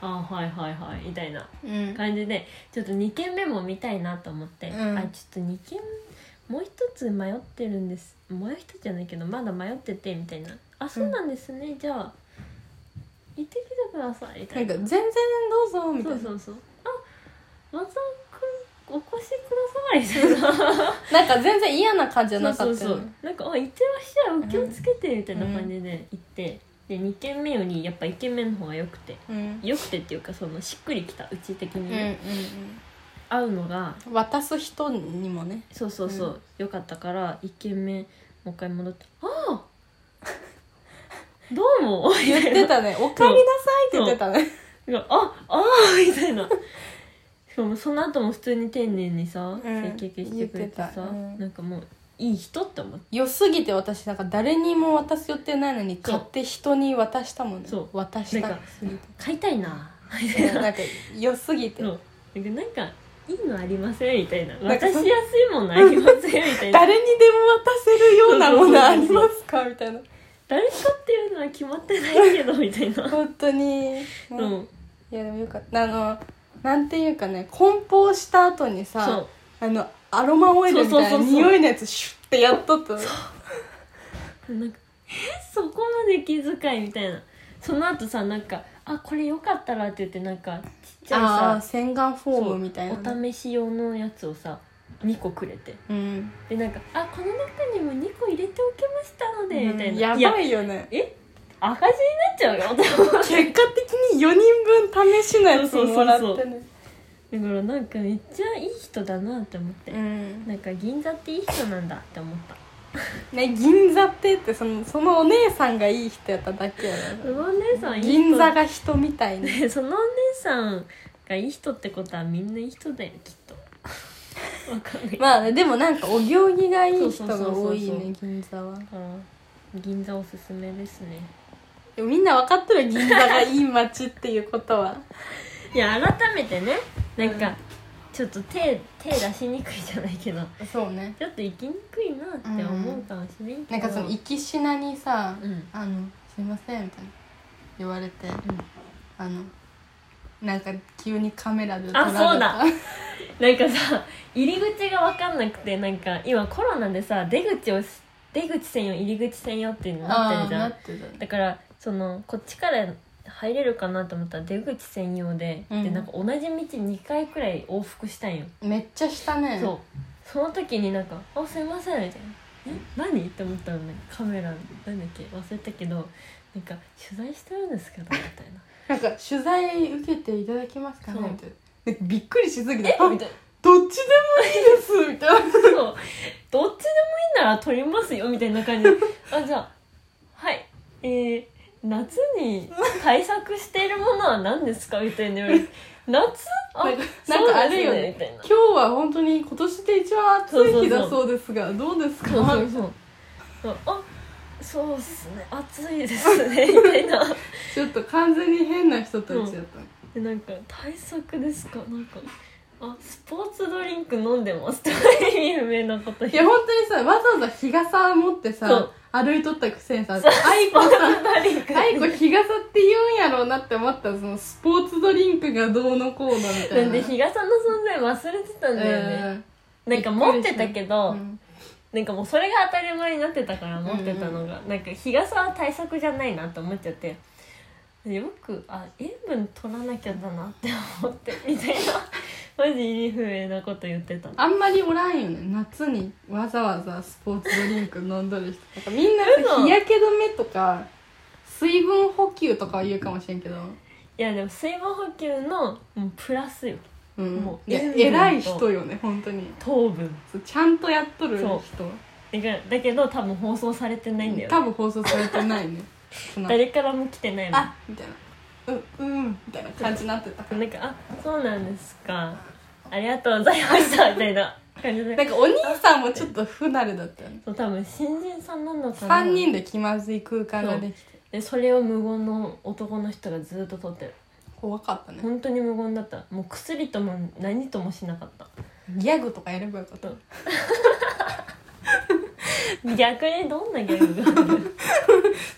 [SPEAKER 1] ああはいはいはい」みたいな
[SPEAKER 2] うん
[SPEAKER 1] 感じでちょっと2軒目も見たいなと思って「
[SPEAKER 2] うん
[SPEAKER 1] あちょっと2軒もう一つ迷ってるんですもう一つじゃないけどまだ迷ってて」みたいな「あそうなんですね、じゃあ行ってきてください」みた
[SPEAKER 2] ないん
[SPEAKER 1] な
[SPEAKER 2] か全然どうぞみ
[SPEAKER 1] そ
[SPEAKER 2] たいうな
[SPEAKER 1] そうそうあ松尾くんお越しくださいみたいな
[SPEAKER 2] なんか全然嫌な感じじゃ
[SPEAKER 1] そうそ
[SPEAKER 2] なか
[SPEAKER 1] う
[SPEAKER 2] った
[SPEAKER 1] そ
[SPEAKER 2] よ
[SPEAKER 1] う
[SPEAKER 2] ね
[SPEAKER 1] なんか「あ行ってらっしゃいお気をつけて」みたいな感じで行って、で2軒目よりやっぱ1軒目の方が良くて
[SPEAKER 2] うんうん
[SPEAKER 1] 良くてっていうかそのしっくりきたうち的に
[SPEAKER 2] うん
[SPEAKER 1] ね、合うのが
[SPEAKER 2] うん渡す人に もね
[SPEAKER 1] そうそうそう、
[SPEAKER 2] うん
[SPEAKER 1] 良かったから1軒目もう一回戻って「ああ どうも」み
[SPEAKER 2] 言
[SPEAKER 1] た
[SPEAKER 2] っ
[SPEAKER 1] いな
[SPEAKER 2] てたね「おかえりなさい」って言ってたね
[SPEAKER 1] が ああーみたいなしかもその後も普通に丁寧にさ
[SPEAKER 2] うん
[SPEAKER 1] 整形してくれてさ
[SPEAKER 2] 言ってたうん
[SPEAKER 1] なんかもういい人って思って
[SPEAKER 2] 良すぎて私なんか誰にも渡す予定ないのに買って人に渡したもんね
[SPEAKER 1] そう
[SPEAKER 2] 渡した
[SPEAKER 1] なんか買いたいなみた
[SPEAKER 2] うん
[SPEAKER 1] いな
[SPEAKER 2] なんか良すぎて
[SPEAKER 1] そうなんかなんかいいのありませんみたいな
[SPEAKER 2] なんか
[SPEAKER 1] 渡しやすいものありませんみたいな
[SPEAKER 2] 誰にでも渡せるようなものありますかみたいな
[SPEAKER 1] 誰かっていうのは決まってないけどみたい な
[SPEAKER 2] 本当に、
[SPEAKER 1] う
[SPEAKER 2] ね
[SPEAKER 1] ん
[SPEAKER 2] いやでもよかったあのなんていうかね梱包した後に
[SPEAKER 1] そ
[SPEAKER 2] さ
[SPEAKER 1] う
[SPEAKER 2] あのアロマオイルみたいな
[SPEAKER 1] そうそうそうそう
[SPEAKER 2] 匂いのやつシュッてやっとったの
[SPEAKER 1] なんか「えそこまで気遣い」みたいなその後さなんか「あこれよかったら」って言ってなんかちっちゃい
[SPEAKER 2] あ
[SPEAKER 1] さ
[SPEAKER 2] あー洗顔フォームみたいなね、
[SPEAKER 1] そうお試し用のやつをさ2個くれて
[SPEAKER 2] うん
[SPEAKER 1] でなんか「あこの中にも2個入れておきましたので」みたいな
[SPEAKER 2] や
[SPEAKER 1] いや
[SPEAKER 2] ばいよね
[SPEAKER 1] え赤字になっちゃうよと思って
[SPEAKER 2] 結果的に4人分試しのやつもらってね
[SPEAKER 1] そうそうだからなんかめっちゃいい人だなって思って、
[SPEAKER 2] うん、
[SPEAKER 1] なんか銀座っていい人なんだって思った
[SPEAKER 2] ね銀座ってってそのそのお姉さんがいい人やっただけやろ
[SPEAKER 1] うわお姉さんいい人
[SPEAKER 2] 銀座が人みたいな
[SPEAKER 1] でそのお姉さんがいい人ってことはみんないい人だよきっ とわかんない
[SPEAKER 2] まあでもなんかお行儀がいい人
[SPEAKER 1] そうそう
[SPEAKER 2] が
[SPEAKER 1] そうそう
[SPEAKER 2] 多いね銀座は
[SPEAKER 1] だから銀座おすすめですね
[SPEAKER 2] でもみんな分かってる銀座がいい街っていうことは
[SPEAKER 1] いや改めてねなんか、
[SPEAKER 2] うん
[SPEAKER 1] ちょっと手手出しにくいじゃないけど
[SPEAKER 2] そうね
[SPEAKER 1] ちょっと行きにくいなって思うかもしれんけ
[SPEAKER 2] な
[SPEAKER 1] ど
[SPEAKER 2] んかその行きしなにさ
[SPEAKER 1] うん
[SPEAKER 2] 「あのすいません」みたいな言われて、あのなんか急にカメラで撮られた
[SPEAKER 1] あそうだなんかさ入り口が分かんなくてなんか今コロナでさ出口をし出口専用入り口専用っていうのになって
[SPEAKER 2] あ
[SPEAKER 1] る
[SPEAKER 2] あ
[SPEAKER 1] じゃ
[SPEAKER 2] なんってた
[SPEAKER 1] だからそのこっちから入れるかなと思ったら出口専用で、
[SPEAKER 2] うん
[SPEAKER 1] でなんか同じ道2回くらい往復したんよ、
[SPEAKER 2] めっちゃしたね
[SPEAKER 1] そうその時になんか「あすいません」みたいな「え何?」って思ったのねカメラなんだっけ忘れたけどなんか「取材してるんですけど」みたいな「
[SPEAKER 2] なんか取材受けていただきますかね
[SPEAKER 1] そう
[SPEAKER 2] みたいななんかびっくりしすぎて
[SPEAKER 1] え
[SPEAKER 2] 「あど っ
[SPEAKER 1] み
[SPEAKER 2] ち
[SPEAKER 1] たいな
[SPEAKER 2] でもいいです」みたいな
[SPEAKER 1] そうどっちでもいいなら撮りますよみたいな感じであじゃあはいえー、夏に対策しているものは何ですかみたいな言われて夏あ
[SPEAKER 2] なんかなんかあれよ
[SPEAKER 1] そうですみ
[SPEAKER 2] ね
[SPEAKER 1] たいな
[SPEAKER 2] 今日は本当に今年で一番暑い日だそうですがどうですか
[SPEAKER 1] そうそうそうそうあそうっすね暑いですねみたいな
[SPEAKER 2] ちょっと完全に変な人たちだった、
[SPEAKER 1] でなんか対策ですかなんかあスポーツドリンク飲んでます とか意味不明なこと
[SPEAKER 2] いや本当にさわざわざ日傘持って
[SPEAKER 1] そ
[SPEAKER 2] さ
[SPEAKER 1] う
[SPEAKER 2] 歩いとったくせにさ
[SPEAKER 1] そう
[SPEAKER 2] 愛子さん
[SPEAKER 1] ドリンク
[SPEAKER 2] 愛子日傘って言うんやろうなって思ったらそのスポーツドリンクがどうのこうのみたい
[SPEAKER 1] な
[SPEAKER 2] なん
[SPEAKER 1] で日傘の存在忘れてたんだよね、なんか持ってたけ
[SPEAKER 2] う
[SPEAKER 1] ど、
[SPEAKER 2] んうん
[SPEAKER 1] なんかもうそれが当たり前になってたから持ってたのが、なんか日傘は対策じゃないなって思っちゃってよくあ塩分取らなきゃだなって思ってみたいな マジ意味不明なこと言ってた
[SPEAKER 2] あんまりおらんよね夏にわざわざスポーツドリンク飲んどる人なんかみんなさ
[SPEAKER 1] 嘘
[SPEAKER 2] 日焼け止めとか水分補給とかは言うかもしれんけど、
[SPEAKER 1] いやでも水分補給のもうプラスよ
[SPEAKER 2] うん、
[SPEAKER 1] もう
[SPEAKER 2] いや
[SPEAKER 1] 塩分と
[SPEAKER 2] 偉い人よね本当に
[SPEAKER 1] 糖分
[SPEAKER 2] そうちゃんとやっとる人
[SPEAKER 1] そだからだけど多分放送されてないんだよね、
[SPEAKER 2] 多分放送されてない ねその
[SPEAKER 1] 誰からも来てないもん
[SPEAKER 2] あみたいなうんうんみたいな感じになってた
[SPEAKER 1] なんか「あそうなんですかありがとうございました」みたいな感じで
[SPEAKER 2] なんかお兄さんもちょっと不慣れだったよね
[SPEAKER 1] そう多分新人さんなのかな
[SPEAKER 2] 3人で気まずい空間ができて
[SPEAKER 1] でそれを無言の男の人がずっと撮ってる
[SPEAKER 2] 怖かったね
[SPEAKER 1] 本当に無言だったもう薬とも何ともしなかった
[SPEAKER 2] ギャグとかやればよかった
[SPEAKER 1] 逆にどんなギャグがあ る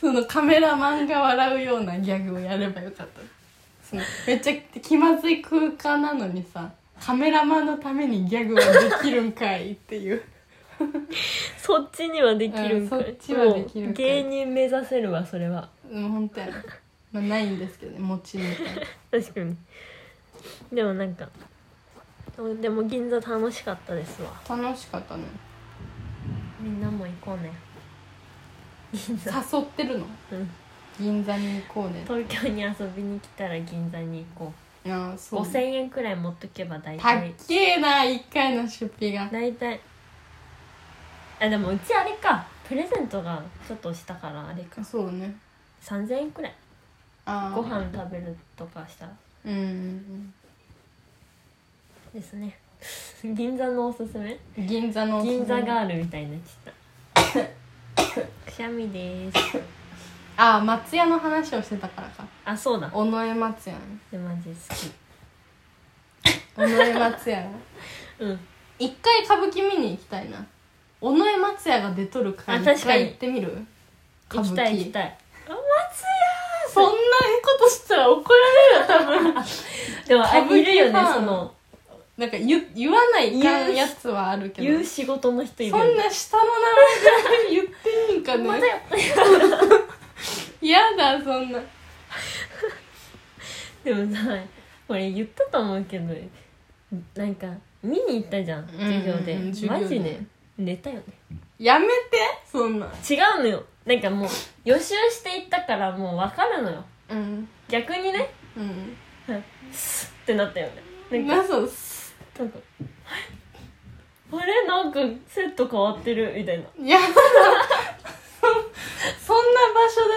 [SPEAKER 2] そのカメラマンが笑うようなギャグをやればよかったそのめっちゃ気まずい空間なのにさカメラマンのためにギャグはできるんかいって いう
[SPEAKER 1] そっちにはできるんかい、
[SPEAKER 2] うんそっちはできるんかい
[SPEAKER 1] もう芸人目指せるわそれは
[SPEAKER 2] うん本当やな、まあ、ないんですけどね持ちネ
[SPEAKER 1] 確かにでもなんかでも銀座楽しかったですわ
[SPEAKER 2] タ楽しかったね
[SPEAKER 1] みんなも行こうね銀座
[SPEAKER 2] 誘ってるの
[SPEAKER 1] うん
[SPEAKER 2] 銀座に行こうね
[SPEAKER 1] 東京に遊びに来たら銀座に行こ
[SPEAKER 2] ああ
[SPEAKER 1] う
[SPEAKER 2] そう
[SPEAKER 1] 5000円くらい持っとけば大
[SPEAKER 2] たっ
[SPEAKER 1] 体
[SPEAKER 2] けえな1回の出費が
[SPEAKER 1] 大体あでもうちあれかプレゼントがちょっとしたからあれか
[SPEAKER 2] そうね
[SPEAKER 1] 3000円くらい
[SPEAKER 2] ああ
[SPEAKER 1] ご飯食べるとかしたら
[SPEAKER 2] うんうん
[SPEAKER 1] ですね 銀座のおすすめ
[SPEAKER 2] うん銀座の
[SPEAKER 1] 銀座ガールみたいになっち ゃったくしゃみです
[SPEAKER 2] ああ松屋の話をしてたからか
[SPEAKER 1] あそうだ
[SPEAKER 2] 尾上松屋ね
[SPEAKER 1] でマジ好き
[SPEAKER 2] 尾上 松屋
[SPEAKER 1] うん
[SPEAKER 2] 一回歌舞伎見に行きたいな尾上松屋が出とるから
[SPEAKER 1] あ
[SPEAKER 2] 一
[SPEAKER 1] 確かに
[SPEAKER 2] 回行ってみる歌
[SPEAKER 1] 行
[SPEAKER 2] 舞
[SPEAKER 1] き
[SPEAKER 2] 伎
[SPEAKER 1] たい行きたいあ松
[SPEAKER 2] そんなことしたら怒ら れるよ多分
[SPEAKER 1] 屋でもあ
[SPEAKER 2] 歌舞伎
[SPEAKER 1] いるよね
[SPEAKER 2] ファン
[SPEAKER 1] その
[SPEAKER 2] なんか言言わないかんやつはあるけ
[SPEAKER 1] 言
[SPEAKER 2] ど
[SPEAKER 1] う仕事の人いる
[SPEAKER 2] そ
[SPEAKER 1] よ
[SPEAKER 2] ん
[SPEAKER 1] ね
[SPEAKER 2] な下の名前で言っていいんか
[SPEAKER 1] ま
[SPEAKER 2] ね
[SPEAKER 1] たよ
[SPEAKER 2] やだそんな
[SPEAKER 1] でもさこれ言ったと思うけどなんか見に行ったじゃん授業で、
[SPEAKER 2] うんうんうん授業
[SPEAKER 1] マ
[SPEAKER 2] で
[SPEAKER 1] ジね寝たよね
[SPEAKER 2] やめてそんな
[SPEAKER 1] 違うのよなんかもう予習していったからもう分かるのよ
[SPEAKER 2] うん
[SPEAKER 1] 逆にね
[SPEAKER 2] うん
[SPEAKER 1] スッってなったよねなんか
[SPEAKER 2] なそうっす
[SPEAKER 1] なんかあれなんかセット変わってるみたいない
[SPEAKER 2] やそんな場所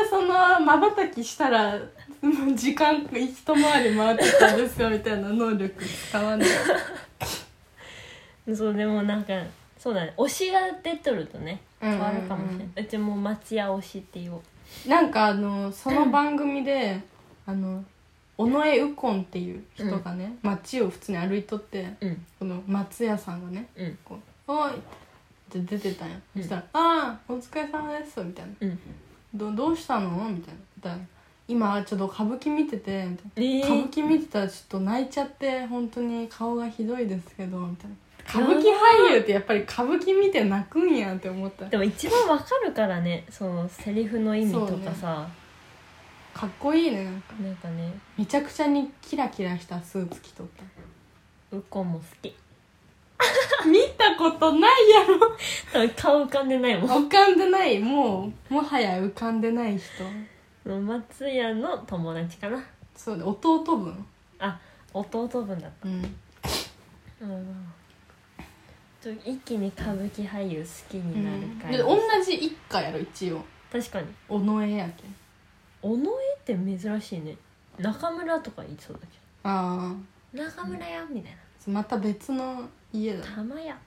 [SPEAKER 2] でそのまばたきしたらもう時間一回り回ってたんですよみたいな能力使わない
[SPEAKER 1] そうでもなんかそうだね推しが出とるとね
[SPEAKER 2] うんうんうん
[SPEAKER 1] 変わるかもしれない、うちも松屋推しって言おう
[SPEAKER 2] なんかあのその番組であの尾上右近っていう人がね、街を普通に歩いとって
[SPEAKER 1] うん
[SPEAKER 2] この松屋さんがね
[SPEAKER 1] うん
[SPEAKER 2] こう「おい!」って出てたんや、
[SPEAKER 1] うん
[SPEAKER 2] そしたら「ああお疲れ様です」みたいな
[SPEAKER 1] うん
[SPEAKER 2] 「どどうしたの?」みたいな「だ今ちょっと歌舞伎見てて」みたい
[SPEAKER 1] え
[SPEAKER 2] な「歌舞
[SPEAKER 1] ー、
[SPEAKER 2] 伎見てたらちょっと泣いちゃって本当に顔がひどいですけど」みたいな歌
[SPEAKER 1] やば
[SPEAKER 2] 舞伎俳優ってやっぱり歌舞伎見て泣くんやって思った
[SPEAKER 1] でも一番わかるからねそのセリフの意味とかさ、
[SPEAKER 2] かっこいいねなんか
[SPEAKER 1] なんかね
[SPEAKER 2] めちゃくちゃにキラキラしたスーツ着とった
[SPEAKER 1] ウコンも好き
[SPEAKER 2] 見たことないやろ
[SPEAKER 1] 多分顔浮かんでないもん
[SPEAKER 2] 浮かんでないもうもはや浮かんでない人
[SPEAKER 1] その松屋の友達かな
[SPEAKER 2] そうね弟分
[SPEAKER 1] あ弟分だっ
[SPEAKER 2] うん
[SPEAKER 1] た、うん、ちょ一気に歌舞伎俳優好きになるから、
[SPEAKER 2] で同じ一家やろ一応
[SPEAKER 1] 確かに
[SPEAKER 2] 尾上やけ
[SPEAKER 1] 尾
[SPEAKER 2] ん
[SPEAKER 1] 上って珍しいね中村とか言いそうだけ
[SPEAKER 2] あ
[SPEAKER 1] ど中村やみたい
[SPEAKER 2] あまた別の家だ
[SPEAKER 1] な玉や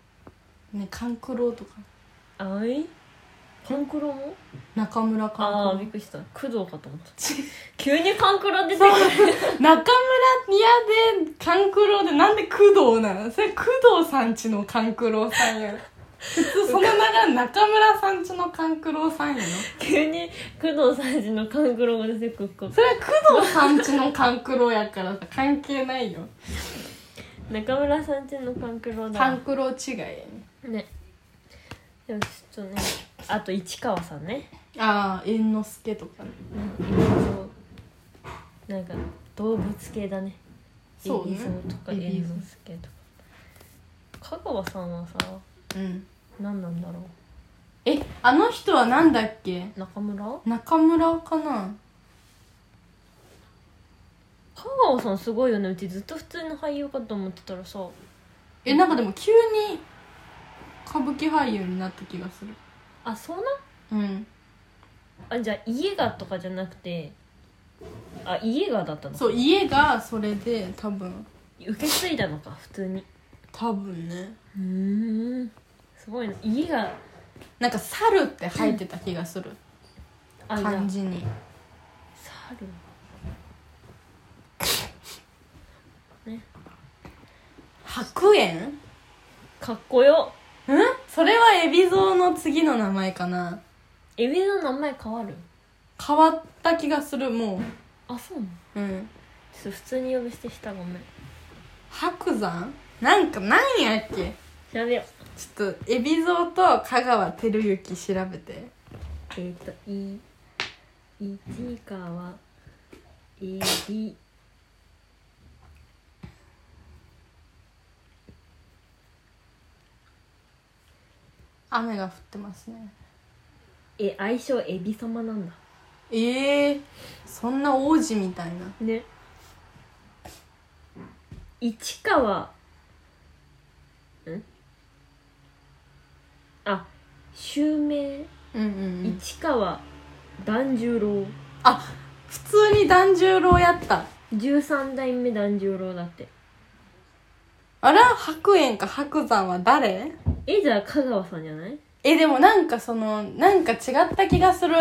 [SPEAKER 2] ね勘九郎とか
[SPEAKER 1] あい勘九郎も
[SPEAKER 2] 中村
[SPEAKER 1] ああ
[SPEAKER 2] 勘
[SPEAKER 1] ーびっ
[SPEAKER 2] 九
[SPEAKER 1] くりした工藤かと思った急に勘九郎出てく
[SPEAKER 2] 郎中村屋で勘九郎でなんで工藤なのそれ工藤さんちの勘九郎さんやろ普通その名が中村さんちの勘九郎さんやろ
[SPEAKER 1] る急に工藤さんちの勘九郎が出てくる
[SPEAKER 2] それは工藤さんちの勘九郎やからさ関係ないよ
[SPEAKER 1] 中村さんちの勘九郎だ
[SPEAKER 2] 勘九郎違いやね
[SPEAKER 1] ねでもちょっとねあと市川さんね
[SPEAKER 2] ああ猿之助とかね
[SPEAKER 1] なんかいろいろなんか動物系だね
[SPEAKER 2] そうね
[SPEAKER 1] エビゾウとか
[SPEAKER 2] エ
[SPEAKER 1] エ
[SPEAKER 2] ビ
[SPEAKER 1] ビ
[SPEAKER 2] ゾ
[SPEAKER 1] ゾ
[SPEAKER 2] ウ
[SPEAKER 1] ウスケとか香川さんはさ
[SPEAKER 2] うん
[SPEAKER 1] 何なんだろう
[SPEAKER 2] えあの人はなんだっけ
[SPEAKER 1] 中村
[SPEAKER 2] 中村かな
[SPEAKER 1] 香川さんすごいよねうちずっと普通の俳優かと思ってたらさ
[SPEAKER 2] えなんかでも急に歌舞伎俳優になった気がする
[SPEAKER 1] あそうな
[SPEAKER 2] うん
[SPEAKER 1] あじゃあ家がとかじゃなくてあ家がだったの
[SPEAKER 2] そう家がそれで多分
[SPEAKER 1] 受け継いだのか普通に
[SPEAKER 2] 多分ね
[SPEAKER 1] うーんすごいな家が
[SPEAKER 2] なんか「猿」って入ってた気がする
[SPEAKER 1] あじゃあ
[SPEAKER 2] 漢字に
[SPEAKER 1] 猿
[SPEAKER 2] 白猿ん
[SPEAKER 1] かっこよ
[SPEAKER 2] それは海老蔵の次の名前かな
[SPEAKER 1] エビの名前変わる
[SPEAKER 2] 変わった気がするも
[SPEAKER 1] あそうなの
[SPEAKER 2] ううん
[SPEAKER 1] ちょっと普通に呼び捨てしたごめん
[SPEAKER 2] 白山なんかなんやっけ
[SPEAKER 1] 調べよ
[SPEAKER 2] ちょっと海老蔵と香川照之調べて
[SPEAKER 1] うえっ、とい市川エビ
[SPEAKER 2] 雨が降ってますね
[SPEAKER 1] え愛称エビ様なんだ
[SPEAKER 2] ええそんな王子みたいな
[SPEAKER 1] ね市川んあ襲名
[SPEAKER 2] うんうん、うん、
[SPEAKER 1] 市川團十郎
[SPEAKER 2] あ普通に團十郎やった
[SPEAKER 1] 13代目團十郎だって
[SPEAKER 2] あら白猿か白山は誰
[SPEAKER 1] えじゃあ香川さんじゃない
[SPEAKER 2] えでもなんかそのなんか違った気がする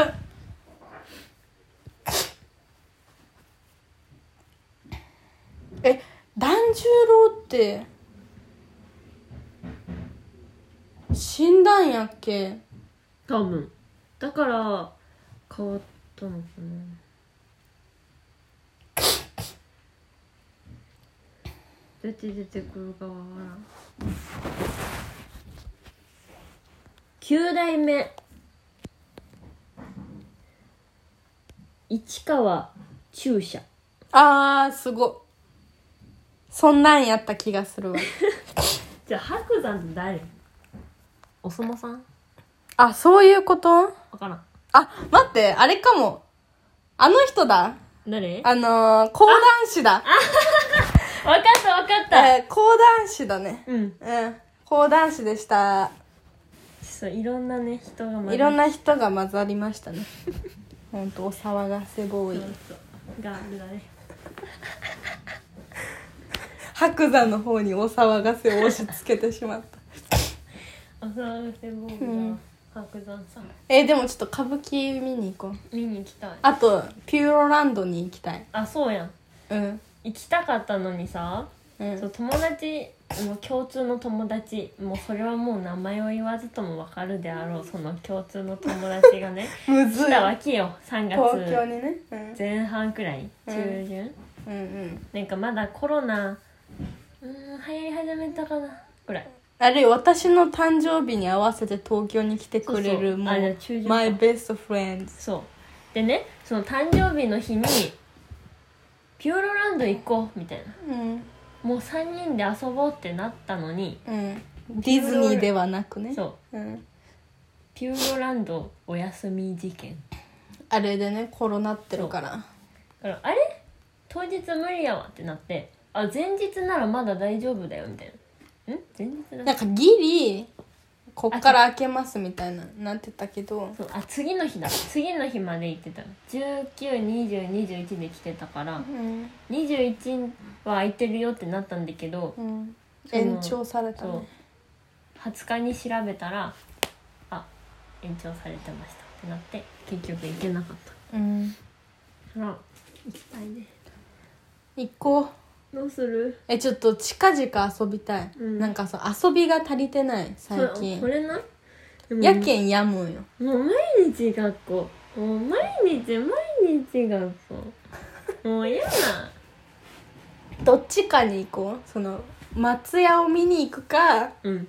[SPEAKER 2] え團十郎って死んだんやっけ
[SPEAKER 1] 多分だから変わったのかなどうやって出てくるかわからん9代目市川中車
[SPEAKER 2] あーすごそんなんやった気がするわ
[SPEAKER 1] じゃあ白山って誰お相撲さん
[SPEAKER 2] あそういうこと
[SPEAKER 1] わからん
[SPEAKER 2] あ待ってあれかもあの人だ
[SPEAKER 1] 誰わ
[SPEAKER 2] あのー、講談師だ。
[SPEAKER 1] わかったわかった
[SPEAKER 2] えー、講談師だね
[SPEAKER 1] うん
[SPEAKER 2] うん講談師でした
[SPEAKER 1] そういろんなね人が混ざ
[SPEAKER 2] いろんな人が混ざりました ねほんとお騒がせボーイ
[SPEAKER 1] ガールだね
[SPEAKER 2] 白山の方にお騒がせを押し付けてしまった
[SPEAKER 1] お騒がせボーイが白山さん
[SPEAKER 2] えー、でもちょっと歌舞伎見に行こう
[SPEAKER 1] 見に行きたい
[SPEAKER 2] あとピューロランドに行きたい
[SPEAKER 1] あそうやん
[SPEAKER 2] うん
[SPEAKER 1] 行きたかったのにさ
[SPEAKER 2] うん
[SPEAKER 1] そう友達もう共通の友達もうそれはもう名前を言わずともわかるであろうその共通の友達がね
[SPEAKER 2] む
[SPEAKER 1] 来
[SPEAKER 2] ずい
[SPEAKER 1] たわけよ3
[SPEAKER 2] 東京
[SPEAKER 1] 月
[SPEAKER 2] にね、うん、
[SPEAKER 1] 前半くらい中旬、
[SPEAKER 2] うんうん
[SPEAKER 1] なんかまだコロナうーん流行り始めたかなくらい
[SPEAKER 2] あれ私の誕生日に合わせて東京に来てくれ
[SPEAKER 1] そう
[SPEAKER 2] る
[SPEAKER 1] そう
[SPEAKER 2] も
[SPEAKER 1] あじゃあ
[SPEAKER 2] う
[SPEAKER 1] 中旬か
[SPEAKER 2] My best friends
[SPEAKER 1] そうでねその誕生日の日にピューロランド行こうみたいな
[SPEAKER 2] うん
[SPEAKER 1] もう3人で遊ぼうってなったのに
[SPEAKER 2] うんディズニーではなくね
[SPEAKER 1] そう
[SPEAKER 2] うん
[SPEAKER 1] ピューロランドお休み事件
[SPEAKER 2] あれでねコロナってるから
[SPEAKER 1] だからあれ当日無理やわってなってあ前日ならまだ大丈夫だよみたいなん前日
[SPEAKER 2] な
[SPEAKER 1] だ
[SPEAKER 2] んかギリこっから開けますみたいななってたけど
[SPEAKER 1] そうあ次の日だ次の日まで行ってた192021で来てたから
[SPEAKER 2] うん
[SPEAKER 1] 21は空いてるよってなったんだけど
[SPEAKER 2] うん
[SPEAKER 1] その
[SPEAKER 2] 延長された
[SPEAKER 1] そう
[SPEAKER 2] ね
[SPEAKER 1] 20日に調べたらあ延長されてましたってなって結局行けなかった
[SPEAKER 2] うん
[SPEAKER 1] あ行きたいね
[SPEAKER 2] 行こう
[SPEAKER 1] どうする
[SPEAKER 2] えちょっと近々遊びたい、
[SPEAKER 1] うん
[SPEAKER 2] なんかそう遊びが足りてない最
[SPEAKER 1] これこ
[SPEAKER 2] 近
[SPEAKER 1] れなでも
[SPEAKER 2] やけんやむんよ
[SPEAKER 1] もう毎日学校もう毎日毎日学 校もう嫌な
[SPEAKER 2] どっちかに行こうその松屋を見に行くか
[SPEAKER 1] うん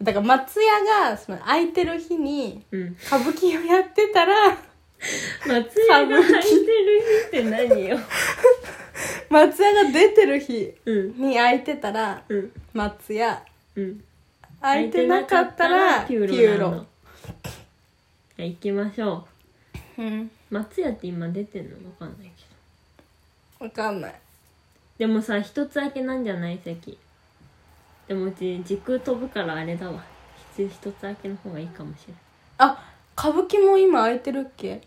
[SPEAKER 2] だから松屋がその空いてる日に
[SPEAKER 1] うん
[SPEAKER 2] 歌舞伎をやってたら
[SPEAKER 1] 松屋が空いてる日って何よ
[SPEAKER 2] 松屋が出てる日
[SPEAKER 1] うん
[SPEAKER 2] に空いてたら
[SPEAKER 1] うん
[SPEAKER 2] 松屋
[SPEAKER 1] うん
[SPEAKER 2] 空いてなかったらピ
[SPEAKER 1] 空
[SPEAKER 2] ュ
[SPEAKER 1] いてなかったらピュー
[SPEAKER 2] ー
[SPEAKER 1] ロな
[SPEAKER 2] ロ
[SPEAKER 1] のじゃあ行きましょ
[SPEAKER 2] うん
[SPEAKER 1] う松屋って今出てんのわかんないけど
[SPEAKER 2] わかんない
[SPEAKER 1] でもさ一つだけなんじゃない席でもうち時空飛ぶからあれだわ一つだけの方がいいかもしれない
[SPEAKER 2] あ歌舞伎も今空いてるっけ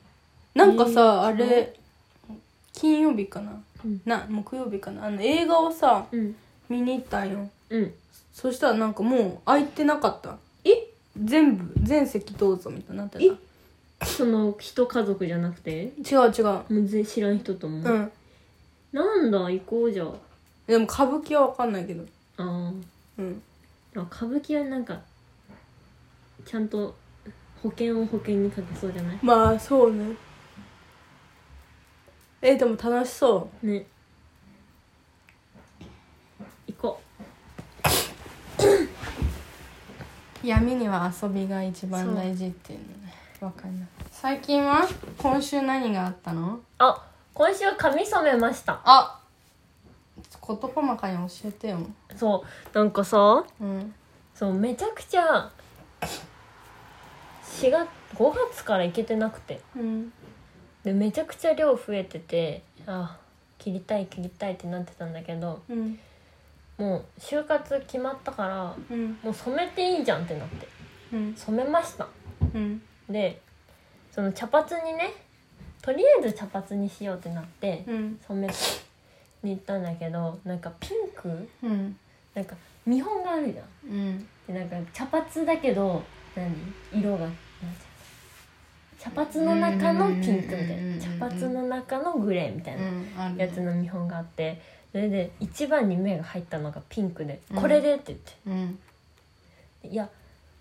[SPEAKER 2] なんかさ、
[SPEAKER 1] えー
[SPEAKER 2] あれ金曜日かな、
[SPEAKER 1] うん
[SPEAKER 2] な木曜日かなあの映画をさ
[SPEAKER 1] うん
[SPEAKER 2] 見に行ったんよ
[SPEAKER 1] うん
[SPEAKER 2] そしたらなんかもう空いてなかったえ全部全席どうぞみたいになってた
[SPEAKER 1] えその人家族じゃなくて
[SPEAKER 2] 違う違う
[SPEAKER 1] もう全知らん人と思う、
[SPEAKER 2] うん
[SPEAKER 1] なんだ行こうじゃあ
[SPEAKER 2] でも歌舞伎は分かんないけど
[SPEAKER 1] あ
[SPEAKER 2] うん
[SPEAKER 1] ーあ歌舞伎はなんかちゃんと保険を保険にかけそうじゃない
[SPEAKER 2] まあそうねえでも楽しそ
[SPEAKER 1] ね行こ
[SPEAKER 2] う闇には遊びが一
[SPEAKER 1] 番大
[SPEAKER 2] 事っていうのね分かんない最近は今週何があったの
[SPEAKER 1] うあ今週髪染めました
[SPEAKER 2] あ事細かに教えてよ
[SPEAKER 1] そうなんかさ
[SPEAKER 2] うん
[SPEAKER 1] そうめちゃくちゃ4月5月から行けてなくて
[SPEAKER 2] うん
[SPEAKER 1] でめちゃくちゃ量増えててあ切りたい切りたいってなってたんだけど
[SPEAKER 2] うん
[SPEAKER 1] もう就活決まったから
[SPEAKER 2] うん
[SPEAKER 1] もう染めていいじゃんってなって
[SPEAKER 2] うん
[SPEAKER 1] 染めました
[SPEAKER 2] うん
[SPEAKER 1] でその茶髪にねとりあえず茶髪にしようってなって
[SPEAKER 2] うん
[SPEAKER 1] 染めに行ったんだけどなんかピンク
[SPEAKER 2] うん
[SPEAKER 1] なんか見本があるじゃん
[SPEAKER 2] うん
[SPEAKER 1] でなんか茶髪だけど何色がなんていうの茶髪の中のピンクみた
[SPEAKER 2] うんうんうんうんう
[SPEAKER 1] い
[SPEAKER 2] ん
[SPEAKER 1] な茶髪の中のグレーみたいな
[SPEAKER 2] ある
[SPEAKER 1] やつの見本があってそれで一番に目が入ったのがピンクで「
[SPEAKER 2] うん
[SPEAKER 1] これで」って言って。
[SPEAKER 2] うん
[SPEAKER 1] いや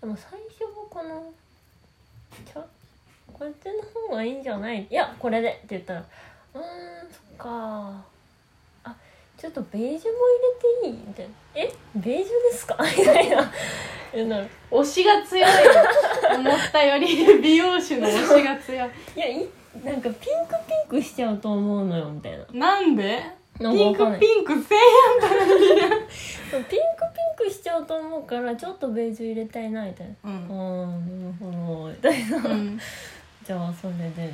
[SPEAKER 1] でも最初はこのちゃこっちの方がいいんじゃないいやこれでって言ったら「うーんそっかあちょっとベージュも入れていい?」みたいな「えベージュですか?」 みたいな言うなら「
[SPEAKER 2] 推しが強いよ思ったより美容師の推しが強い
[SPEAKER 1] いやいなんかピンクピンクしちゃうと思うのよ」みたいな
[SPEAKER 2] なんで
[SPEAKER 1] なんか
[SPEAKER 2] ピン
[SPEAKER 1] わかんな
[SPEAKER 2] ク
[SPEAKER 1] い
[SPEAKER 2] ピンクせん
[SPEAKER 1] ピンクピンクしちゃうと思うからちょっとベージュ入れたいなみたいな
[SPEAKER 2] や
[SPEAKER 1] 「うんーんなるほど」みたいな
[SPEAKER 2] うん
[SPEAKER 1] じゃあそれでみたい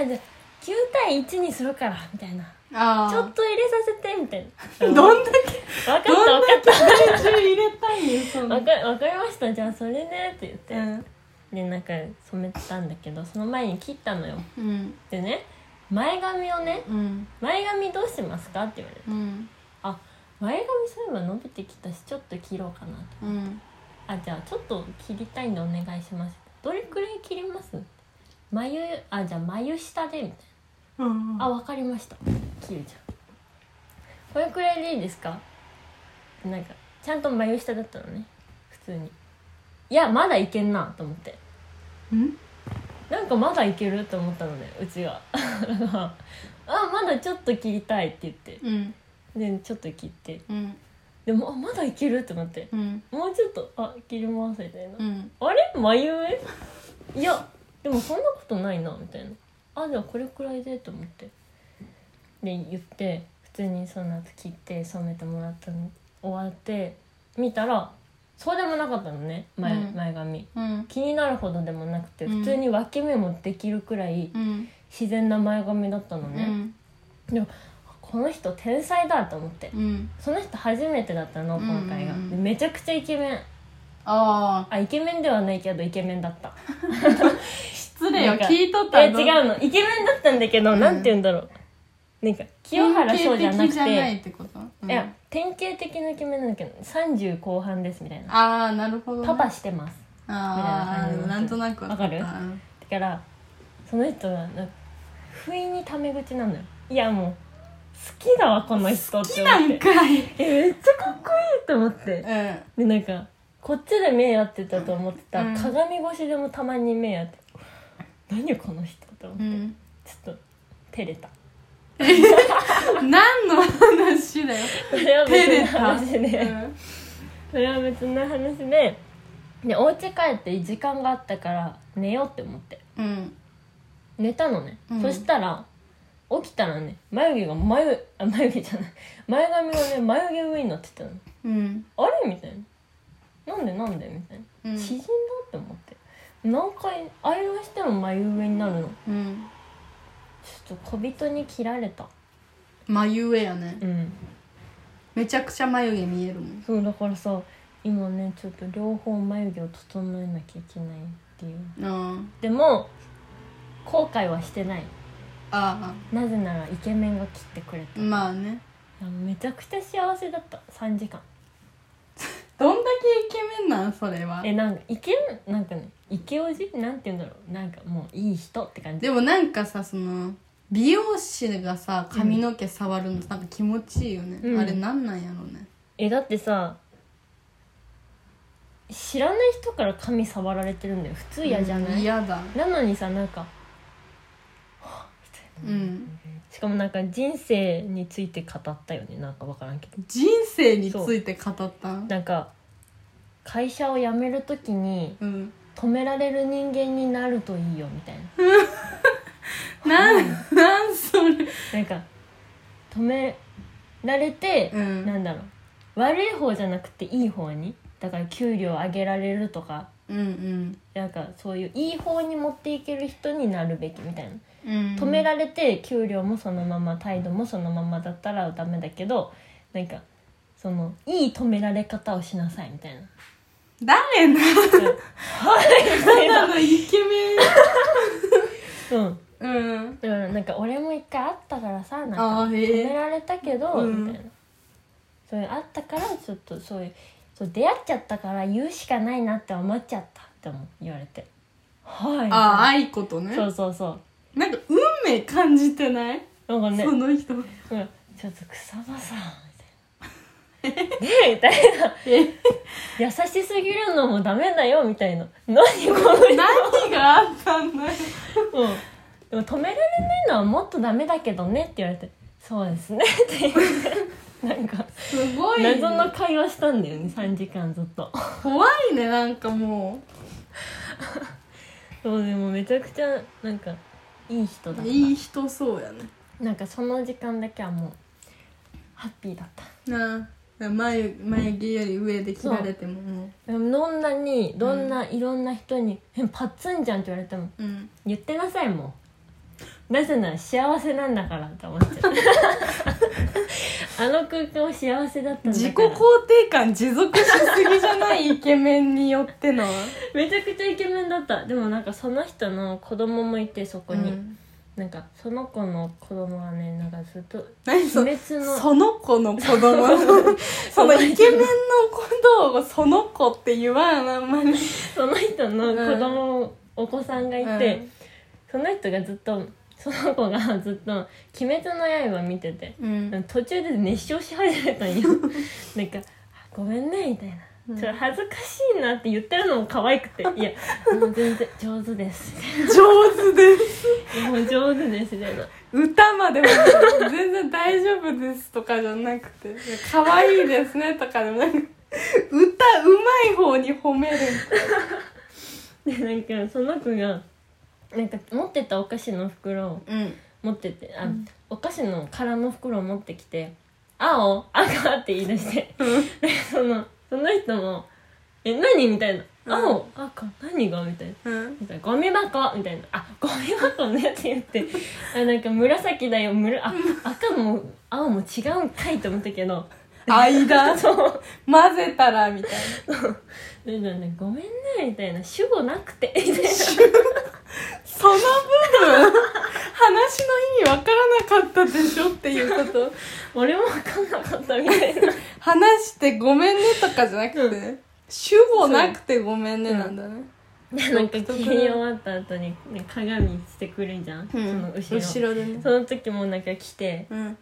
[SPEAKER 1] な「いやじゃ9対1にするからみたいな
[SPEAKER 2] ああ
[SPEAKER 1] ちょっと入れさせてみたいな
[SPEAKER 2] どんだ
[SPEAKER 1] 分かっ
[SPEAKER 2] け
[SPEAKER 1] た分
[SPEAKER 2] どん
[SPEAKER 1] か
[SPEAKER 2] だ
[SPEAKER 1] っ
[SPEAKER 2] け体重入れたいよそ
[SPEAKER 1] た
[SPEAKER 2] の
[SPEAKER 1] 分か分かりましたじゃあそれねって言って、
[SPEAKER 2] うん
[SPEAKER 1] でなんか染めたんだけどその前に切ったのよ
[SPEAKER 2] うん
[SPEAKER 1] でね前髪をね
[SPEAKER 2] うん
[SPEAKER 1] 前髪どうしますかって言われて
[SPEAKER 2] うん
[SPEAKER 1] あ前髪そういえば伸びてきたしちょっと切ろうかなと
[SPEAKER 2] うん
[SPEAKER 1] あじゃあちょっと切りたいんでお願いしますどれくらい切ります眉あじゃあ眉下でみたい
[SPEAKER 2] うん
[SPEAKER 1] なあわかりました切るじゃんこれくらいでいいですかなんかちゃんと眉下だったのね普通にいやまだいけんなと思って
[SPEAKER 2] うん
[SPEAKER 1] なんかまだいけると思ったのでうちが あまだちょっと切りたいって言って
[SPEAKER 2] うん
[SPEAKER 1] でちょっと切って
[SPEAKER 2] うん
[SPEAKER 1] でもあまだいけるって思って
[SPEAKER 2] うん
[SPEAKER 1] もうちょっとあ切りますみたいな、
[SPEAKER 2] うん
[SPEAKER 1] あれ眉 上いやでもそんなことないなみたいなあじゃあこれくらいでと思ってで言って普通にその後切って染めてもらったの終わって見たらそうでもなかったのね前,、
[SPEAKER 2] うん
[SPEAKER 1] 前髪
[SPEAKER 2] うん
[SPEAKER 1] 気になるほどでもなくて
[SPEAKER 2] うん
[SPEAKER 1] 普通に分け目もできるくらい
[SPEAKER 2] うん
[SPEAKER 1] 自然な前髪だったの
[SPEAKER 2] う
[SPEAKER 1] ね、
[SPEAKER 2] ん
[SPEAKER 1] この人天才だと思って
[SPEAKER 2] うん
[SPEAKER 1] その人初めてだったの今回が、
[SPEAKER 2] うんうんうん
[SPEAKER 1] でめちゃくちゃイケメン
[SPEAKER 2] ああ
[SPEAKER 1] あイケメンではないけどイケメンだった
[SPEAKER 2] 失礼よ
[SPEAKER 1] なんか
[SPEAKER 2] 聞いとっ
[SPEAKER 1] え
[SPEAKER 2] た
[SPEAKER 1] 違うのイケメンだったんだけど、
[SPEAKER 2] ん
[SPEAKER 1] なんて言うんだろうなんか清原翔じゃなくて
[SPEAKER 2] 典型的じゃないってこと、うん
[SPEAKER 1] いや典型的なイケメンなんだけど30後半ですみたいな
[SPEAKER 2] ああなるほど、ね、
[SPEAKER 1] パパしてます
[SPEAKER 2] あ
[SPEAKER 1] みたいな感じの
[SPEAKER 2] あなんとなく
[SPEAKER 1] わかるだからその人はなんか不意にタメ口なのよいやもう好きだわこの人って思
[SPEAKER 2] な
[SPEAKER 1] っ
[SPEAKER 2] ん
[SPEAKER 1] て
[SPEAKER 2] かい
[SPEAKER 1] えめっちゃかっこいいと思って
[SPEAKER 2] うん
[SPEAKER 1] でなんかこっちで目合ってたと思ってた、
[SPEAKER 2] うん
[SPEAKER 1] 鏡越しでもたまに目合って何この人と思って、
[SPEAKER 2] うん
[SPEAKER 1] ちょっと照れた
[SPEAKER 2] 何の話だよ
[SPEAKER 1] それは別
[SPEAKER 2] 照れ
[SPEAKER 1] の
[SPEAKER 2] た、
[SPEAKER 1] 話でそれは別の話ででお家帰って時間があったから寝ようって思って
[SPEAKER 2] うんうん
[SPEAKER 1] 寝たのね、
[SPEAKER 2] うん
[SPEAKER 1] そしたら起きたらね眉毛が眉あ眉毛じゃない前髪がね眉毛上になってたの
[SPEAKER 2] うん
[SPEAKER 1] あれみたいななんでなんでみたいな
[SPEAKER 2] うん
[SPEAKER 1] 縮んだって思って何回アイロンしても眉上になるのち
[SPEAKER 2] うん
[SPEAKER 1] ょっと小人に切られた
[SPEAKER 2] 眉上やね
[SPEAKER 1] うん
[SPEAKER 2] めちゃくちゃ眉毛見えるもん
[SPEAKER 1] そうだからさ今ねちょっと両方眉毛を整えなきゃいけないっていう
[SPEAKER 2] うん
[SPEAKER 1] でも後悔はしてない
[SPEAKER 2] あ
[SPEAKER 1] なぜならイケメンが切ってくれた
[SPEAKER 2] あまあね
[SPEAKER 1] いやめちゃくちゃ幸せだった3時間
[SPEAKER 2] どんだけイケメンなんそれは
[SPEAKER 1] えなんかイケメンなんかねイケオジなんて言うんだろうなんかもういい人って感じ
[SPEAKER 2] でもなんかさその美容師がさ髪の毛触るのなんか気持ちいいよね、
[SPEAKER 1] うん
[SPEAKER 2] あれなんなんやろうね
[SPEAKER 1] えだってさ知らない人から髪触られてるんだよ普通嫌じゃない、
[SPEAKER 2] 嫌だ
[SPEAKER 1] なのにさなんかはぁみたいな
[SPEAKER 2] うん
[SPEAKER 1] しかもなんか人生について語ったよねなんか分からんけど
[SPEAKER 2] 人生について語ったん
[SPEAKER 1] なんか会社を辞める時に
[SPEAKER 2] うん
[SPEAKER 1] 止められる人間になるといいよみたいな
[SPEAKER 2] なんなんそれ
[SPEAKER 1] なんか止められて、
[SPEAKER 2] うん
[SPEAKER 1] なんだろう悪い方じゃなくていい方にだから給料上げられるとか
[SPEAKER 2] うんうん
[SPEAKER 1] なんかそういういい方に持っていける人になるべきみたいな、
[SPEAKER 2] うん
[SPEAKER 1] 止められて給料もそのまま態度もそのままだったらダメだけどなんかそのいい止められ方をしなさいみたいな
[SPEAKER 2] 誰な
[SPEAKER 1] はいみたい
[SPEAKER 2] た
[SPEAKER 1] な
[SPEAKER 2] だのイケメ
[SPEAKER 1] うん
[SPEAKER 2] ンうん
[SPEAKER 1] だからなんか俺も一回あったからさなんか
[SPEAKER 2] あーへ
[SPEAKER 1] 止
[SPEAKER 2] ー
[SPEAKER 1] められたけど、
[SPEAKER 2] うん
[SPEAKER 1] みたいなそういうあったからちょっとそういうそう出会っちゃったから言うしかないなって思っちゃったっても言われてはい
[SPEAKER 2] ああ愛子とね
[SPEAKER 1] そうそうそ
[SPEAKER 2] なんか運命感じてない、
[SPEAKER 1] うなんかね
[SPEAKER 2] その人
[SPEAKER 1] うんちょっと草場さんみたいな ねえみたいな
[SPEAKER 2] え
[SPEAKER 1] 優しすぎるのもダメだよみたいな何この人
[SPEAKER 2] 何があったんだよ
[SPEAKER 1] うん、でも止められないのはもっとダメだけどねって言われて「そうですね」って言ってなんか
[SPEAKER 2] すごいね
[SPEAKER 1] 謎の会話したんだよね3時間ずっと
[SPEAKER 2] 怖いねなんかも
[SPEAKER 1] そうでもめちゃくちゃなんかいい人だ
[SPEAKER 2] う
[SPEAKER 1] っ
[SPEAKER 2] いい人そうやね
[SPEAKER 1] たなんかその時間だけはもうハッピーだった
[SPEAKER 2] なあ眉眉毛より上で切られてもも
[SPEAKER 1] でもどんなにどんないろんな人に「えパッツンじゃん」って言われても
[SPEAKER 2] ううん
[SPEAKER 1] 言ってなさいもなぜなら幸せなんだからって思っち ゃうあの空間は幸せだったん
[SPEAKER 2] 自
[SPEAKER 1] だ
[SPEAKER 2] 己
[SPEAKER 1] から
[SPEAKER 2] 肯定感持続しすぎじゃない イケメンによっての
[SPEAKER 1] めちゃくちゃイケメンだったでもなんかその人の子供もいてそこに、
[SPEAKER 2] うん
[SPEAKER 1] なんかその子の子供はねなんかずっと
[SPEAKER 2] 何
[SPEAKER 1] 秘
[SPEAKER 2] そ
[SPEAKER 1] 密の
[SPEAKER 2] その子の子供 そのイケメンのことをその子って言わんあんまり
[SPEAKER 1] その人の子供、お子さんがいて、
[SPEAKER 2] うん
[SPEAKER 1] その人がずっとその子がずっと「鬼滅の刃」見てて
[SPEAKER 2] うん
[SPEAKER 1] 途中で熱唱し始めたん よなんか「ごめんね」みたいな。
[SPEAKER 2] うん
[SPEAKER 1] ちょっと恥ずかしいなって言ってるのも可愛 くて「いやもう全然上手です」
[SPEAKER 2] 上手です
[SPEAKER 1] いやもう上手です」みたいな
[SPEAKER 2] 歌までも全然大丈夫ですとかじゃなくて可愛いですねとかでもなんか歌うまい方に褒める
[SPEAKER 1] でなんかその子がなんか持ってたお菓子の袋を
[SPEAKER 2] うん
[SPEAKER 1] 持っててあ、
[SPEAKER 2] うん
[SPEAKER 1] お菓子の空の袋を持ってきて「青赤」って言い出してでそのその人も「え何?」みたいな「
[SPEAKER 2] うん
[SPEAKER 1] 青赤何が?」みたいな。
[SPEAKER 2] うん
[SPEAKER 1] みたいなゴミ箱みたいな「あゴミ箱ね」って言って「あなんか紫だよむらあ赤も青も違うんかい」と思ったけど
[SPEAKER 2] 間
[SPEAKER 1] そう
[SPEAKER 2] 混ぜたらみたい
[SPEAKER 1] でなんかごめんね」みたいな「主語なくて」み たいな
[SPEAKER 2] なその部分話の意味わからなかったでしょっていうこと
[SPEAKER 1] 俺も分かんなかったみたいな
[SPEAKER 2] 話してごめんねとかじゃなくて、主語なくてごめんねなんだね、
[SPEAKER 1] でなんか切り終わった後に、ね、鏡してくるじゃん、
[SPEAKER 2] うん
[SPEAKER 1] その後ろ
[SPEAKER 2] 後ろでね
[SPEAKER 1] その時もなんか来て
[SPEAKER 2] うん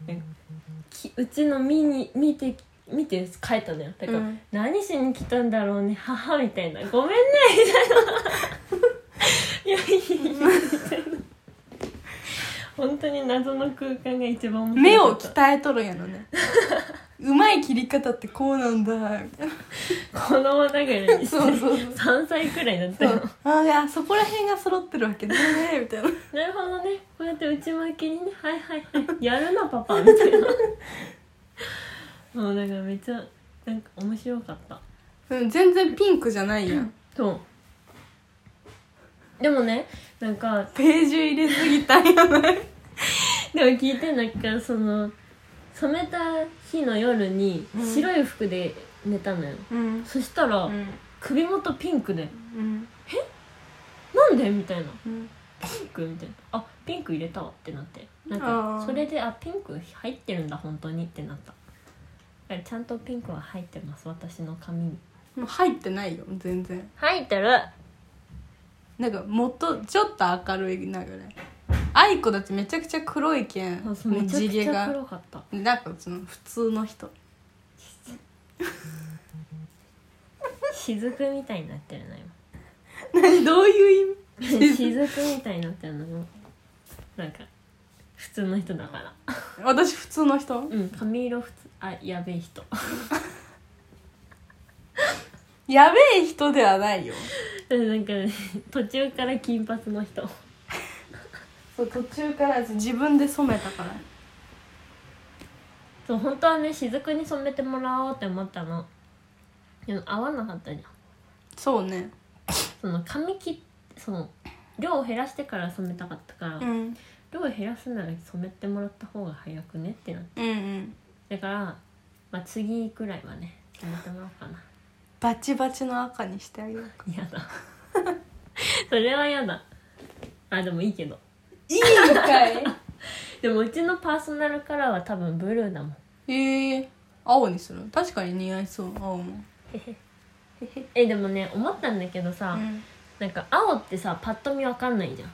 [SPEAKER 1] きうちの見に見て見て帰ったのよだから、
[SPEAKER 2] うん
[SPEAKER 1] 何しに来たんだろうね母みたいな ごめんねみたいないやいやいやみたいな本当に謎の空間が一番面
[SPEAKER 2] 目
[SPEAKER 1] 白か
[SPEAKER 2] を
[SPEAKER 1] った
[SPEAKER 2] 鍛えとるんや ろねうまい切り方ってこうなんだみたい
[SPEAKER 1] 子供ながらに
[SPEAKER 2] な
[SPEAKER 1] して
[SPEAKER 2] そうそうそう
[SPEAKER 1] 3歳くらいだった
[SPEAKER 2] そ
[SPEAKER 1] よ
[SPEAKER 2] うあいやそこら辺が揃ってるわけだね みたいな
[SPEAKER 1] なるほどねこうやって内巻きにね「はいはいはいやるなパパ」みたい なもうなんかめっちゃなんか面白かった
[SPEAKER 2] うん全然ピンクじゃないやん
[SPEAKER 1] そうでもねなんか
[SPEAKER 2] ページ入れすぎたんやない
[SPEAKER 1] でも聞いてなんかその染めた日の夜に
[SPEAKER 2] うん
[SPEAKER 1] 白い服で寝たのよ、
[SPEAKER 2] うん
[SPEAKER 1] そしたら、
[SPEAKER 2] うん
[SPEAKER 1] 首元ピンクで
[SPEAKER 2] うん
[SPEAKER 1] 「なんで?」みたいな
[SPEAKER 2] うん
[SPEAKER 1] 「ピンク?」みたいな「あピンク入れたわ」ってなってなん
[SPEAKER 2] あ
[SPEAKER 1] か
[SPEAKER 2] ー
[SPEAKER 1] それで「あピンク入ってるんだ本当に」ってなったあちゃんとピンクは入ってます私の髪に
[SPEAKER 2] もう入ってないよ全然
[SPEAKER 1] 入ってる
[SPEAKER 2] なんかもっとちょっと明るいなぐらい愛子だってめちゃくちゃ黒いけん
[SPEAKER 1] そうそうめちゃく
[SPEAKER 2] 地毛
[SPEAKER 1] ちゃ
[SPEAKER 2] が
[SPEAKER 1] 黒かった
[SPEAKER 2] なんかその普通の人
[SPEAKER 1] 雫みたいになってるのよ
[SPEAKER 2] 何どういう意
[SPEAKER 1] 雫みたいになってるのよなんか普通の人だから
[SPEAKER 2] 味私普通の人
[SPEAKER 1] うん髪色普通あやべえ人
[SPEAKER 2] やべえ人ではないよ
[SPEAKER 1] なんか、ね、途中から金髪の人
[SPEAKER 2] そう途中から自分で染めたから
[SPEAKER 1] そう本当はね雫に染めてもらおうって思ったのでも合わなかったじゃん
[SPEAKER 2] そうね
[SPEAKER 1] その髪切ってその量を減らしてから染めたかったから、
[SPEAKER 2] うん
[SPEAKER 1] 量を減らすなら染めてもらった方が早くねってなって
[SPEAKER 2] うんうん
[SPEAKER 1] だから、まあ、次くらいはね染めてもらおうかな
[SPEAKER 2] バチバチの赤にしてあげようか
[SPEAKER 1] やだ それはやだあでもいいけど
[SPEAKER 2] いいんかい
[SPEAKER 1] でもうちのパーソナルカラーは多分ブルーだもん
[SPEAKER 2] えー、青にする確かに似合いそう青も
[SPEAKER 1] へへ えでもね思ったんだけどさ、
[SPEAKER 2] うん
[SPEAKER 1] なんか青ってさパッと見わかんないじゃん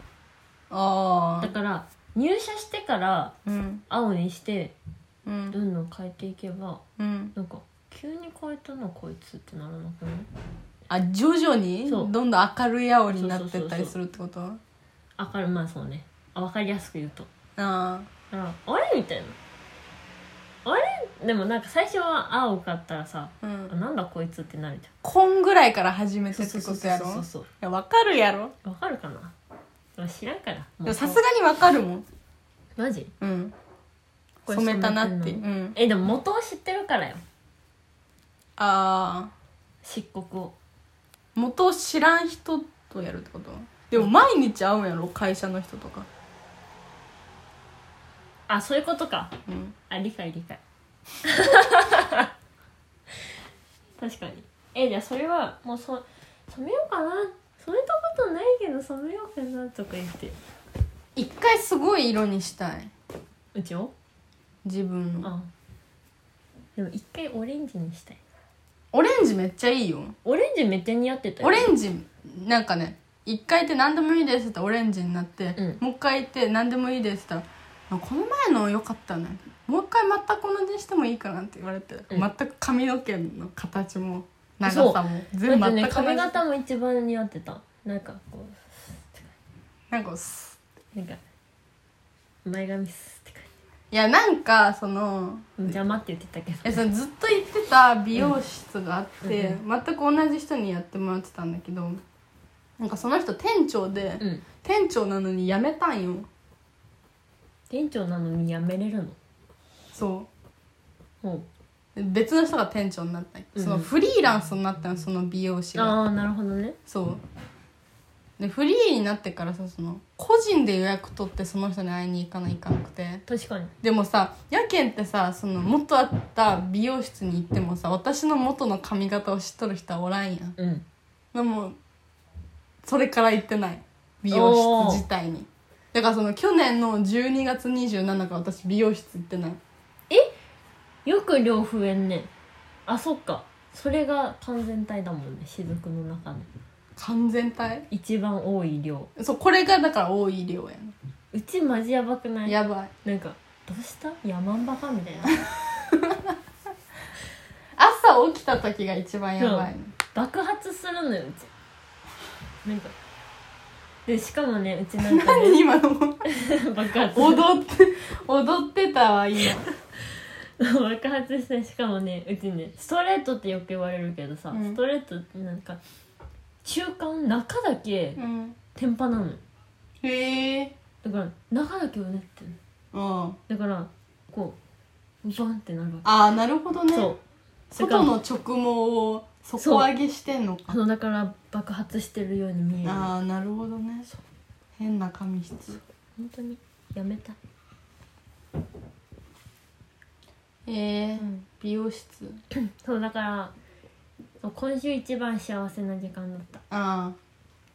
[SPEAKER 2] あ
[SPEAKER 1] だから入社してから
[SPEAKER 2] あうん
[SPEAKER 1] 青にして
[SPEAKER 2] う
[SPEAKER 1] ど
[SPEAKER 2] ん
[SPEAKER 1] んどん変えていけば
[SPEAKER 2] うん
[SPEAKER 1] なんか急に変えたのこいつってならなくない
[SPEAKER 2] あ徐々に
[SPEAKER 1] そ
[SPEAKER 2] ど
[SPEAKER 1] うん
[SPEAKER 2] どん明るい青になってったりするってこと
[SPEAKER 1] あかるまあそうねあわかりやすく言うと
[SPEAKER 2] あ
[SPEAKER 1] だからあれみたいなあれでもなんか最初は青かったらさ
[SPEAKER 2] あう
[SPEAKER 1] あ
[SPEAKER 2] ん
[SPEAKER 1] なんだこいつってなるじゃん
[SPEAKER 2] こんぐらいから始めてってことやろ
[SPEAKER 1] そうそう
[SPEAKER 2] い
[SPEAKER 1] そう
[SPEAKER 2] やわかるやろ
[SPEAKER 1] そうわかるかなでも知らんから
[SPEAKER 2] で
[SPEAKER 1] も
[SPEAKER 2] も
[SPEAKER 1] う
[SPEAKER 2] さすがにわかるもん
[SPEAKER 1] マジ
[SPEAKER 2] うん
[SPEAKER 1] これ
[SPEAKER 2] 染めたなって
[SPEAKER 1] 染めてん
[SPEAKER 2] う
[SPEAKER 1] の
[SPEAKER 2] ん
[SPEAKER 1] えでも元を知ってるからよ
[SPEAKER 2] ああ
[SPEAKER 1] 漆黒を
[SPEAKER 2] 元を知らん人とやるってことでも毎日会うんやろ会社の人とか
[SPEAKER 1] あそういうことか
[SPEAKER 2] うん、
[SPEAKER 1] あ理解理解 確かにえじゃあそれはもうそ染めようかな染めたことないけど染めようかなとか言って
[SPEAKER 2] 一回すごい色にしたいう
[SPEAKER 1] ちを
[SPEAKER 2] 自分の
[SPEAKER 1] あでも一回オレンジにしたい
[SPEAKER 2] オレンジめっちゃいいよ
[SPEAKER 1] オレンジめっちゃ似合ってたよ
[SPEAKER 2] オレンジなんかね一回行って何でもいいですってオレンジになって、
[SPEAKER 1] うん
[SPEAKER 2] もう一回行って何でもいいですって言ったらこの前の良かったねもう一回全く同じにしてもいいかなって言われて、
[SPEAKER 1] うん
[SPEAKER 2] 全く髪の毛の形も
[SPEAKER 1] そう
[SPEAKER 2] 長さも全
[SPEAKER 1] だ
[SPEAKER 2] 部
[SPEAKER 1] って
[SPEAKER 2] 全
[SPEAKER 1] ね
[SPEAKER 2] く同じ、
[SPEAKER 1] 髪型も一番似合ってたなんかこ
[SPEAKER 2] なんかす
[SPEAKER 1] うなんか前髪スって感
[SPEAKER 2] いやなんかその
[SPEAKER 1] じ邪魔って言ってたけど
[SPEAKER 2] えそのずっと行ってた美容室があって、全く同じ人にやってもらってたんだけどなんかその人店長で、
[SPEAKER 1] うん
[SPEAKER 2] 店長なのに辞めたんよ
[SPEAKER 1] 店長なのにやめれるの
[SPEAKER 2] そう
[SPEAKER 1] も
[SPEAKER 2] 別の人が店長になったり、
[SPEAKER 1] うん
[SPEAKER 2] そのフリーランスになったのその美容師
[SPEAKER 1] う
[SPEAKER 2] が
[SPEAKER 1] ああなるほどね
[SPEAKER 2] そうでフリーになってからさその個人で予約取ってその人に会いに行かないかなくて
[SPEAKER 1] 確かに
[SPEAKER 2] でもさやけんってさその元あった美容室に行ってもさ私の元の髪型を知っとる人はおらんやん
[SPEAKER 1] うん
[SPEAKER 2] でもそれから行ってない美容室自体にだからその去年の12月27から私美容室行ってない
[SPEAKER 1] よく量増えんねあそっかそれが完全体だもんね雫の中の
[SPEAKER 2] 完全体
[SPEAKER 1] 一番多い量
[SPEAKER 2] そうこれがだから多い量やん
[SPEAKER 1] うちマジやばくない
[SPEAKER 2] やばい
[SPEAKER 1] なんかどうした山んばかみたいな
[SPEAKER 2] 朝起きた時が一番やばい、ね
[SPEAKER 1] 爆発するのようちなんかでしかもねうちなんかね
[SPEAKER 2] 今の
[SPEAKER 1] 爆発
[SPEAKER 2] 踊って踊ってたわ今
[SPEAKER 1] 爆発してしかもねうちねストレートってよく言われるけどさ、
[SPEAKER 2] うん
[SPEAKER 1] ストレートってなんか中間中だけ
[SPEAKER 2] うん
[SPEAKER 1] 天パなのよ
[SPEAKER 2] へえ
[SPEAKER 1] だから中だけうねってる
[SPEAKER 2] うんあ
[SPEAKER 1] だからこうバンってなるわ
[SPEAKER 2] あなるほど
[SPEAKER 1] け、
[SPEAKER 2] ね
[SPEAKER 1] そう
[SPEAKER 2] 外の直毛を底上げしてんのか
[SPEAKER 1] あのだから爆発してるように見える
[SPEAKER 2] ああなるほどね変な髪質
[SPEAKER 1] 本当にやめたい
[SPEAKER 2] へえ、
[SPEAKER 1] ん
[SPEAKER 2] 美容室
[SPEAKER 1] そうだからそう今週一番幸せな時間だった
[SPEAKER 2] ああ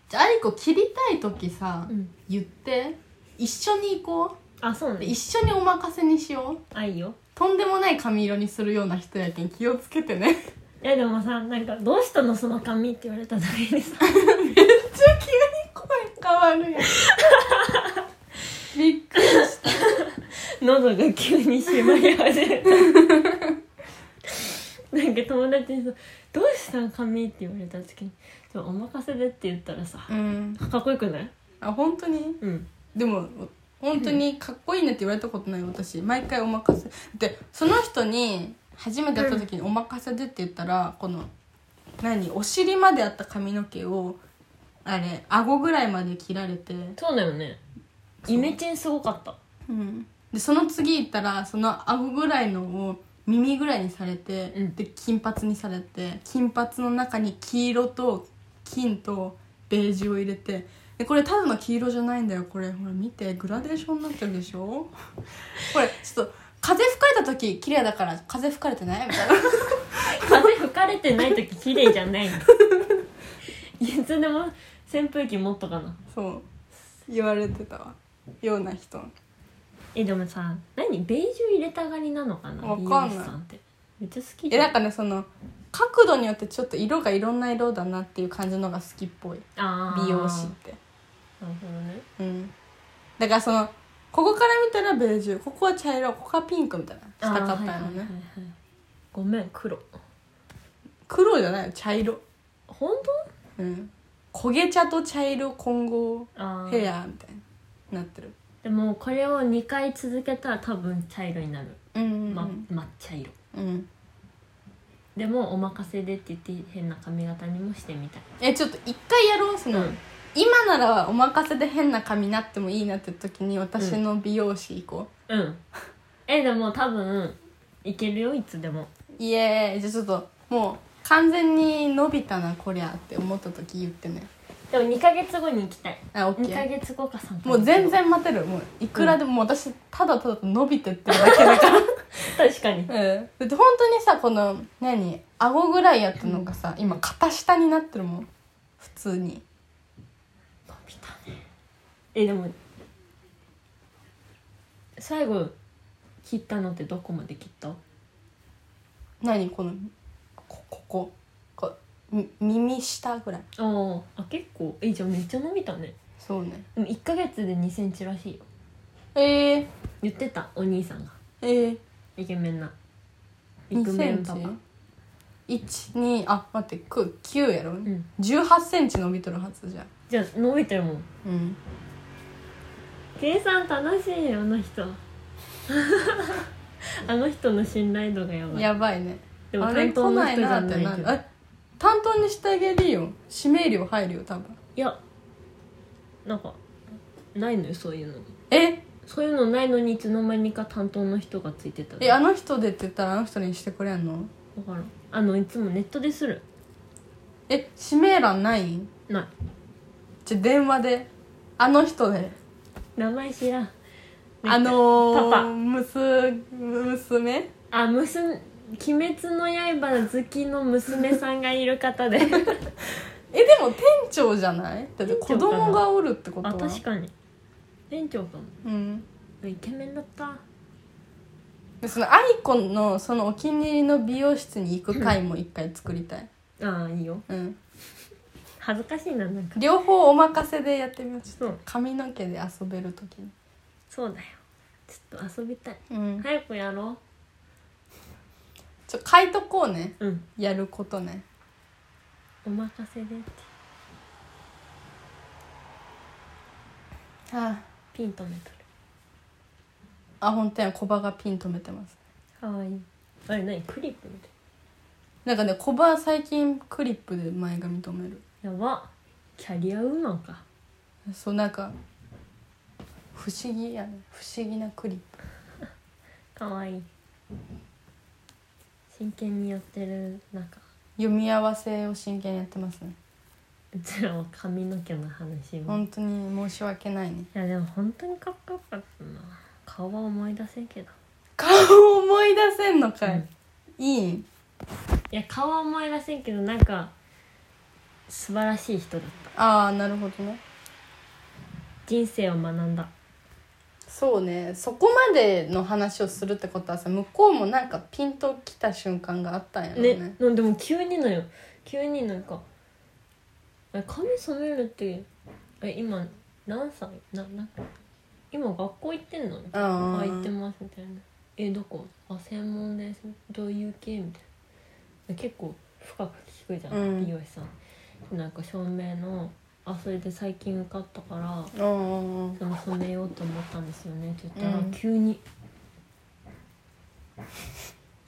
[SPEAKER 2] じゃあありこ切りたい時さ、
[SPEAKER 1] うん
[SPEAKER 2] 言って一緒に行こ
[SPEAKER 1] あそう
[SPEAKER 2] うで
[SPEAKER 1] ね
[SPEAKER 2] 一緒にお任せにしよう
[SPEAKER 1] あいいよ
[SPEAKER 2] とんでもない髪色にするような人やけん気をつけてね
[SPEAKER 1] いやでもさなんか「どうしたのその髪」って言われた時にさ
[SPEAKER 2] めっちゃ急に声変わるやんびっくりした
[SPEAKER 1] 喉が急に締まり始めた なんか友達にさ「どうしたん髪」って言われた時に「そうお任せで」って言ったらさ
[SPEAKER 2] うん
[SPEAKER 1] かっこよくない
[SPEAKER 2] あ本当に
[SPEAKER 1] うん
[SPEAKER 2] でも本当にかっこいいねって言われたことない私毎回お任せでその人に初めて会った時に「お任せで」って言ったらこの何お尻まであった髪の毛をあれ顎ぐらいまで切られて
[SPEAKER 1] そうだよねイメチェンすごかった
[SPEAKER 2] うんでその次行ったらその顎ぐらいのを耳ぐらいにされて、
[SPEAKER 1] うん
[SPEAKER 2] で金髪にされて金髪の中に黄色と金とベージュを入れてでこれただの黄色じゃないんだよこれほら見てグラデーションになってるでし ょこれちょっと風吹かれた時綺麗だから風吹かれてないみたいな
[SPEAKER 1] 風吹かれてない時綺麗じゃないの いつでも扇風機持っとかな
[SPEAKER 2] そう言われてたわような人
[SPEAKER 1] えでもさ何ベージュ入れたがりなのかな
[SPEAKER 2] わか
[SPEAKER 1] 美
[SPEAKER 2] んない
[SPEAKER 1] 容師さんってめっちゃ好き
[SPEAKER 2] えなん
[SPEAKER 1] あ
[SPEAKER 2] かねその角度によってちょっと色がいろんな色だなっていう感じのが好きっぽい
[SPEAKER 1] あー
[SPEAKER 2] 美容師って
[SPEAKER 1] なるほどね
[SPEAKER 2] うん、だからそのここから見たらベージュここは茶色ここはピンクみたいなしたかった
[SPEAKER 1] あー
[SPEAKER 2] の
[SPEAKER 1] はいはいは
[SPEAKER 2] ね、
[SPEAKER 1] いはいごめん黒
[SPEAKER 2] 黒じゃないよ茶色
[SPEAKER 1] 本
[SPEAKER 2] うん焦げ茶と茶色混合
[SPEAKER 1] 当あ
[SPEAKER 2] ヘ
[SPEAKER 1] ー
[SPEAKER 2] アみたいになってる
[SPEAKER 1] でもこれを2回続けたら多分茶色になる、
[SPEAKER 2] うんうん
[SPEAKER 1] ま、抹茶色
[SPEAKER 2] うん
[SPEAKER 1] でもお任せでって言って変な髪型にもしてみたい
[SPEAKER 2] えちょっと一回やろうその、
[SPEAKER 1] うん
[SPEAKER 2] 今ならお任せで変な髪になってもいいなって時に私の美容師行こ
[SPEAKER 1] うんえでも多分いけるよいつでも
[SPEAKER 2] う、イエーイじゃあちょっともう完全に伸びたなこりゃって思った時言ってね
[SPEAKER 1] でも2ヶ月後に行きたい
[SPEAKER 2] あオッ
[SPEAKER 1] 2
[SPEAKER 2] ケ
[SPEAKER 1] ヶ
[SPEAKER 2] ー
[SPEAKER 1] 月後か3ヶ月後
[SPEAKER 2] もう全然待てるもういくらでも、もう私ただただと伸びてってるだけだから
[SPEAKER 1] 確かに
[SPEAKER 2] うんだって本当にさこの何顎ぐらいやったのがさ今肩下になってるもん普通に
[SPEAKER 1] 伸びたねえでも最後切ったのってどこまで切った
[SPEAKER 2] 何このここここみ耳下ぐらい
[SPEAKER 1] ああ結構えじゃあめっちゃ伸びたね
[SPEAKER 2] そうね
[SPEAKER 1] でも1ヶ月で2センチらしいよ
[SPEAKER 2] えー、
[SPEAKER 1] 言ってたお兄さんが
[SPEAKER 2] えー、
[SPEAKER 1] イケメンなイク
[SPEAKER 2] 2
[SPEAKER 1] メ
[SPEAKER 2] セ
[SPEAKER 1] ン
[SPEAKER 2] ン
[SPEAKER 1] パ
[SPEAKER 2] チ
[SPEAKER 1] パ
[SPEAKER 2] 12あ待ってく9やろ、
[SPEAKER 1] ん
[SPEAKER 2] 18センチ伸びとるはずじゃん
[SPEAKER 1] じゃあ伸びてるもん
[SPEAKER 2] うん
[SPEAKER 1] 計算楽しいよあの人 あの人の信頼度がやばい
[SPEAKER 2] やばいね
[SPEAKER 1] でも
[SPEAKER 2] あれ
[SPEAKER 1] 担当の
[SPEAKER 2] 来ない
[SPEAKER 1] 人じ
[SPEAKER 2] な
[SPEAKER 1] ゃ
[SPEAKER 2] って
[SPEAKER 1] ない
[SPEAKER 2] な
[SPEAKER 1] け
[SPEAKER 2] る
[SPEAKER 1] どい
[SPEAKER 2] あ担当にしてあげるよ指名料入るよ多分
[SPEAKER 1] やなんかないのよそういうの
[SPEAKER 2] え
[SPEAKER 1] そういうのないのにいつの間にか担当の人がついてた
[SPEAKER 2] えあの人でって言ったらあの人にしてくれんの
[SPEAKER 1] 分からんあのいつもネットでする
[SPEAKER 2] え指名欄ないん
[SPEAKER 1] ない
[SPEAKER 2] じゃ電話であの人で
[SPEAKER 1] 名前知らん
[SPEAKER 2] あのー、
[SPEAKER 1] パパ
[SPEAKER 2] むす娘
[SPEAKER 1] あ娘「鬼滅の刃」好きの娘さんがいる方 で
[SPEAKER 2] えでも店長じゃないだって子供がおるってことは
[SPEAKER 1] あ確かに店長かも
[SPEAKER 2] うん
[SPEAKER 1] イケメンだった
[SPEAKER 2] でそのアイコンのそのお気に入りの美容室に行く回も一回作りたい、
[SPEAKER 1] ああいいよ
[SPEAKER 2] うん、
[SPEAKER 1] 恥ずかしいななんか
[SPEAKER 2] 両方お任せでやってみようちょっと
[SPEAKER 1] そう
[SPEAKER 2] 髪の毛で遊べる時に、
[SPEAKER 1] そうだよちょっと遊びたい
[SPEAKER 2] うん、
[SPEAKER 1] 早くやろ
[SPEAKER 2] ちょ書いとこうね
[SPEAKER 1] ううん
[SPEAKER 2] やることね
[SPEAKER 1] お任せでって
[SPEAKER 2] あ
[SPEAKER 1] ピン止めとる
[SPEAKER 2] あ本当やコバがピン止めてます
[SPEAKER 1] かわいいあれ何クリップみたい
[SPEAKER 2] なんかねコバは最近クリップで前髪止める
[SPEAKER 1] やばキャリアウーマンか
[SPEAKER 2] そうなんか不思議やね不思議なクリップ
[SPEAKER 1] かわいい真剣にやってる中
[SPEAKER 2] 読み合わせを真剣にやってますね
[SPEAKER 1] うちらは髪の毛の話も
[SPEAKER 2] 本当に申し訳ないね
[SPEAKER 1] いやでも本当にかっこよかったな顔は思い出せんけど、
[SPEAKER 2] 顔を思い出せんのかい、いいん
[SPEAKER 1] いや顔は思い出せんけどなんか素晴らしい人だった
[SPEAKER 2] ああなるほどね
[SPEAKER 1] 人生を学んだ
[SPEAKER 2] そうねそこまでの話をするってことはさ向こうもなんかピンときた瞬間があったんやろうね
[SPEAKER 1] ねなんでも急にのよ急になんか「え髪染めるってえ今何歳なな今学校行ってんの?」みたい
[SPEAKER 2] うんうん
[SPEAKER 1] な
[SPEAKER 2] うん
[SPEAKER 1] あ行ってます」みたいな「えどこあ専門ですどういう系?」みたいな結構深く聞くじゃん、
[SPEAKER 2] うん
[SPEAKER 1] 美容師さんなんか照明の「あそれで最近受かったから」
[SPEAKER 2] うんうんうん
[SPEAKER 1] でも染めようと思ったんですよねって言ったら、
[SPEAKER 2] うん
[SPEAKER 1] 急に「い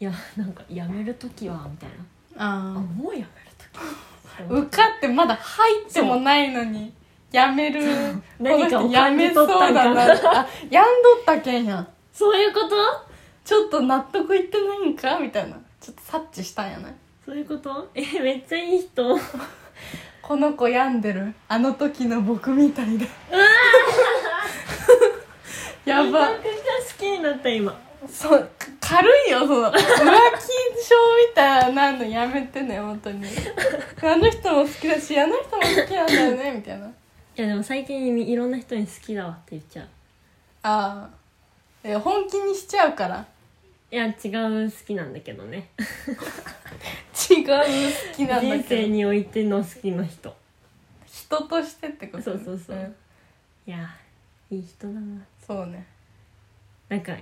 [SPEAKER 1] やなんかやめる時は」みたいな「あ
[SPEAKER 2] あ
[SPEAKER 1] もうやめる時
[SPEAKER 2] あ受かってまだ入ってもないのにやめる
[SPEAKER 1] 何か
[SPEAKER 2] この
[SPEAKER 1] を
[SPEAKER 2] 人や
[SPEAKER 1] 感
[SPEAKER 2] め
[SPEAKER 1] じ
[SPEAKER 2] そ
[SPEAKER 1] 取
[SPEAKER 2] う
[SPEAKER 1] った
[SPEAKER 2] だ
[SPEAKER 1] んか
[SPEAKER 2] な
[SPEAKER 1] な
[SPEAKER 2] あやんどったけんやん
[SPEAKER 1] そういうこと
[SPEAKER 2] ちょっと納得いってないんかみたいなちょっと察知したんやない
[SPEAKER 1] そういうことえめっちゃいい人うわ
[SPEAKER 2] この子病んでるあの時の僕みたいだ や
[SPEAKER 1] ー
[SPEAKER 2] ば
[SPEAKER 1] 感覚が好きになった今
[SPEAKER 2] そうか軽いよその浮気症みたいなのやめてね本 当にあの人も好きだしあの人も好きなんだよねみたいない
[SPEAKER 1] やでも最近いろんな人に好きだわって言っちゃう
[SPEAKER 2] ああいや本気にしちゃうから
[SPEAKER 1] いや違う好きなんだけど ね
[SPEAKER 2] 違う好きなんだ
[SPEAKER 1] 人
[SPEAKER 2] け
[SPEAKER 1] 生
[SPEAKER 2] ど
[SPEAKER 1] においての好きの人
[SPEAKER 2] 人としてってこと
[SPEAKER 1] そうそうそうんいやいい人だな
[SPEAKER 2] そうね
[SPEAKER 1] なんか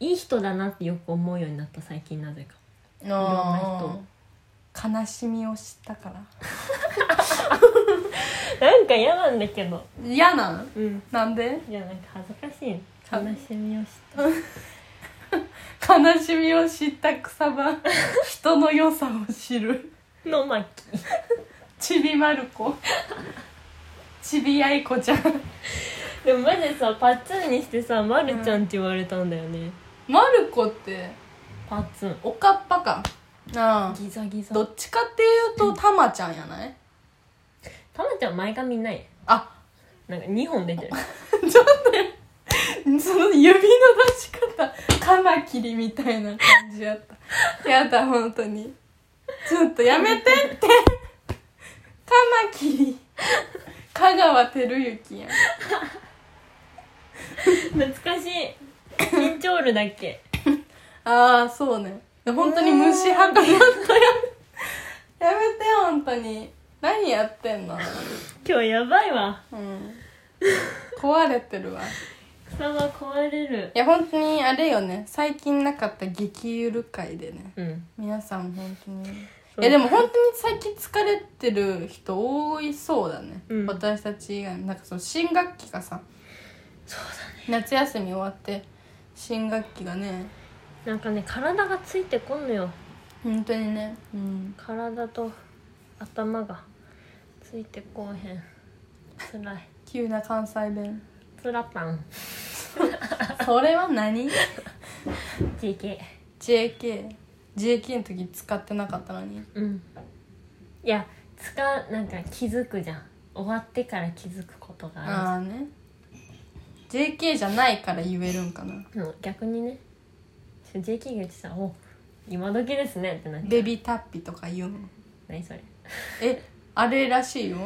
[SPEAKER 1] いい人だなってよく思うようになった最近なぜか
[SPEAKER 2] いろ
[SPEAKER 1] ん
[SPEAKER 2] 人悲しみを知ったから
[SPEAKER 1] なんか嫌なんだけど
[SPEAKER 2] 嫌なん
[SPEAKER 1] うん
[SPEAKER 2] なんで
[SPEAKER 1] いやなんか恥ずかしい
[SPEAKER 2] か
[SPEAKER 1] 悲しみを知った
[SPEAKER 2] 悲しみを知った草 場人の良さを知る
[SPEAKER 1] の巻
[SPEAKER 2] ちびまる子ちびあいこちゃん
[SPEAKER 1] でもマジでさパッツンにしてさ「まるちゃん」って言われたんだよね、
[SPEAKER 2] まる子って
[SPEAKER 1] パッツン
[SPEAKER 2] おかっぱかああ
[SPEAKER 1] ギザギザ
[SPEAKER 2] どっちかっていうとたまちゃんやない
[SPEAKER 1] タナちゃん前髪ない
[SPEAKER 2] あ
[SPEAKER 1] なんか2本出てる
[SPEAKER 2] その指の出し方カマキリみたいな感じやったやだ本当にちょっとやめてってカマキリ香川照之やん
[SPEAKER 1] 懐かしい緊張るだっけ
[SPEAKER 2] ああそうね本当に虫歯かなったやめて本当に何やってんの
[SPEAKER 1] 今日やばいわ
[SPEAKER 2] うん壊れてるわ
[SPEAKER 1] 草は壊れる
[SPEAKER 2] いや本当にあれよね最近なかった激ゆる会でね
[SPEAKER 1] うん
[SPEAKER 2] 皆さん本当に
[SPEAKER 1] そう
[SPEAKER 2] いやでも本当に最近疲れてる人多いそうだね、
[SPEAKER 1] うん
[SPEAKER 2] 私たち以外になんかその新学期がさ夏休み終わって新学期がね
[SPEAKER 1] なんかね体がついてこんのよ
[SPEAKER 2] 本当にねうん
[SPEAKER 1] 体と頭がついてこうへんつらい
[SPEAKER 2] 急な関西 弁
[SPEAKER 1] つらたん
[SPEAKER 2] それは何
[SPEAKER 1] GK
[SPEAKER 2] JK JK の時使ってなかったのに
[SPEAKER 1] うんいやつかなんか気づくじゃん終わってから気づくことがあ
[SPEAKER 2] ああね JK じゃないから言えるんかな
[SPEAKER 1] るもう逆にね JK が言ってたら「お今時ですね」ってなっちゃう
[SPEAKER 2] ベビタッピとか言うの
[SPEAKER 1] 何それ
[SPEAKER 2] えあれらしいよ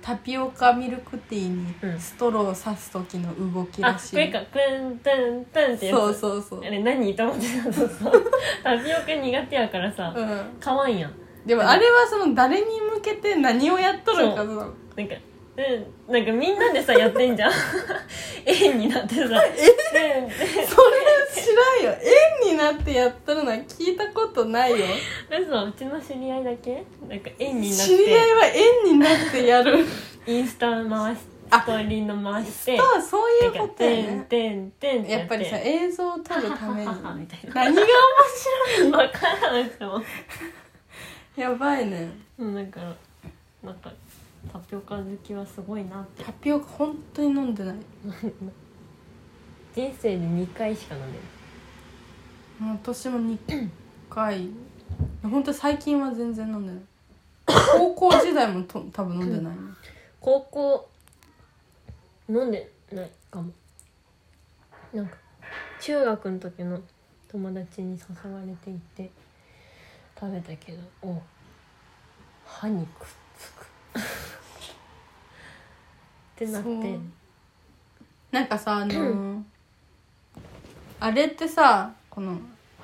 [SPEAKER 2] タピオカミルクティー
[SPEAKER 1] うん
[SPEAKER 2] にストローを刺す時の動き
[SPEAKER 1] あ
[SPEAKER 2] らし
[SPEAKER 1] こ
[SPEAKER 2] い、
[SPEAKER 1] れかクントゥントゥンってやつ
[SPEAKER 2] そうそうそう
[SPEAKER 1] あれ何と思ってたそう そうタピオカ苦手やからさ、
[SPEAKER 2] うん
[SPEAKER 1] かわいいやん
[SPEAKER 2] でもあれはその誰に向けて何をやっとる
[SPEAKER 1] そ
[SPEAKER 2] かそうの
[SPEAKER 1] なんかうん、なんかみんなでさやって んじゃん円になってさ円
[SPEAKER 2] それ知らんよ円になってやっとるのは聞いたことないよ
[SPEAKER 1] でそううちの知り合いだけなんか円になっ
[SPEAKER 2] 知り合い
[SPEAKER 1] て
[SPEAKER 2] は円になってやる
[SPEAKER 1] インスタ回し
[SPEAKER 2] あ
[SPEAKER 1] ストーリーの回して
[SPEAKER 2] そうそういう
[SPEAKER 1] なん
[SPEAKER 2] こ
[SPEAKER 1] か
[SPEAKER 2] とや
[SPEAKER 1] てん
[SPEAKER 2] ね
[SPEAKER 1] てんてんって
[SPEAKER 2] やっぱりさ映像を撮るために
[SPEAKER 1] ははははみたいな
[SPEAKER 2] 何が面
[SPEAKER 1] 分からなくても
[SPEAKER 2] 白いやばいね
[SPEAKER 1] うんなんかなんかタピオカ好きはすごいなって
[SPEAKER 2] タピオカ本当に飲んでない
[SPEAKER 1] 人生で2回しか飲んでない
[SPEAKER 2] もう私も2回本当最近は全然飲んでない高校時代もと多分飲んでないね
[SPEAKER 1] 高校飲んでないかもなんか中学の時の友達に誘われていて食べたけどお歯にくっつくってなっ
[SPEAKER 2] そう
[SPEAKER 1] て
[SPEAKER 2] なんかさあのーあれってさこの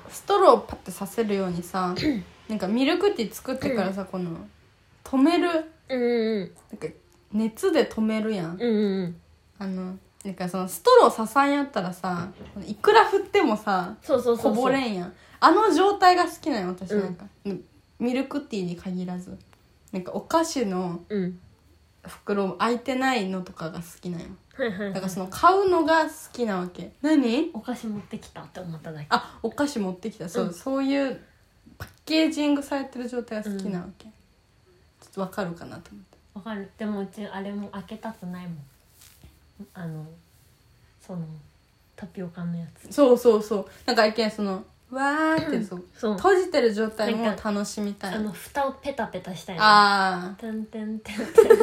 [SPEAKER 2] ストローをパッてさせるようにさなんかミルクティー作ってからさこの止めるなんか
[SPEAKER 1] うんうん
[SPEAKER 2] 熱で止めるや
[SPEAKER 1] う
[SPEAKER 2] ん
[SPEAKER 1] んうんうん
[SPEAKER 2] あのなんかそのストローささんやったらさいくら振ってもさ
[SPEAKER 1] そうそうそうそ
[SPEAKER 2] こ
[SPEAKER 1] う
[SPEAKER 2] ぼれんやんあの状態が好きなんよ私なんか、ミルクティーに限らずなんかお菓子の
[SPEAKER 1] うん
[SPEAKER 2] 袋開いてないのとかが好きなんよ
[SPEAKER 1] はいはいは
[SPEAKER 2] だか
[SPEAKER 1] い
[SPEAKER 2] らその買うのが好きなわけ何
[SPEAKER 1] お菓子持ってきたって思っただけ
[SPEAKER 2] あお菓子持ってきたそう、
[SPEAKER 1] うん
[SPEAKER 2] そういうパッケージングされてる状態が好きなわけ、ちょっとわかるかなと思って
[SPEAKER 1] わかるでもうちあれも開けたくないもんあのそのタピオカのやつ
[SPEAKER 2] そうそうそうなんか一見そのわーってそう
[SPEAKER 1] そう
[SPEAKER 2] 閉じてる状態も
[SPEAKER 1] なんか
[SPEAKER 2] 楽しみたい
[SPEAKER 1] あの蓋をペタペタしたいの
[SPEAKER 2] あ
[SPEAKER 1] てんてんてんてん
[SPEAKER 2] ー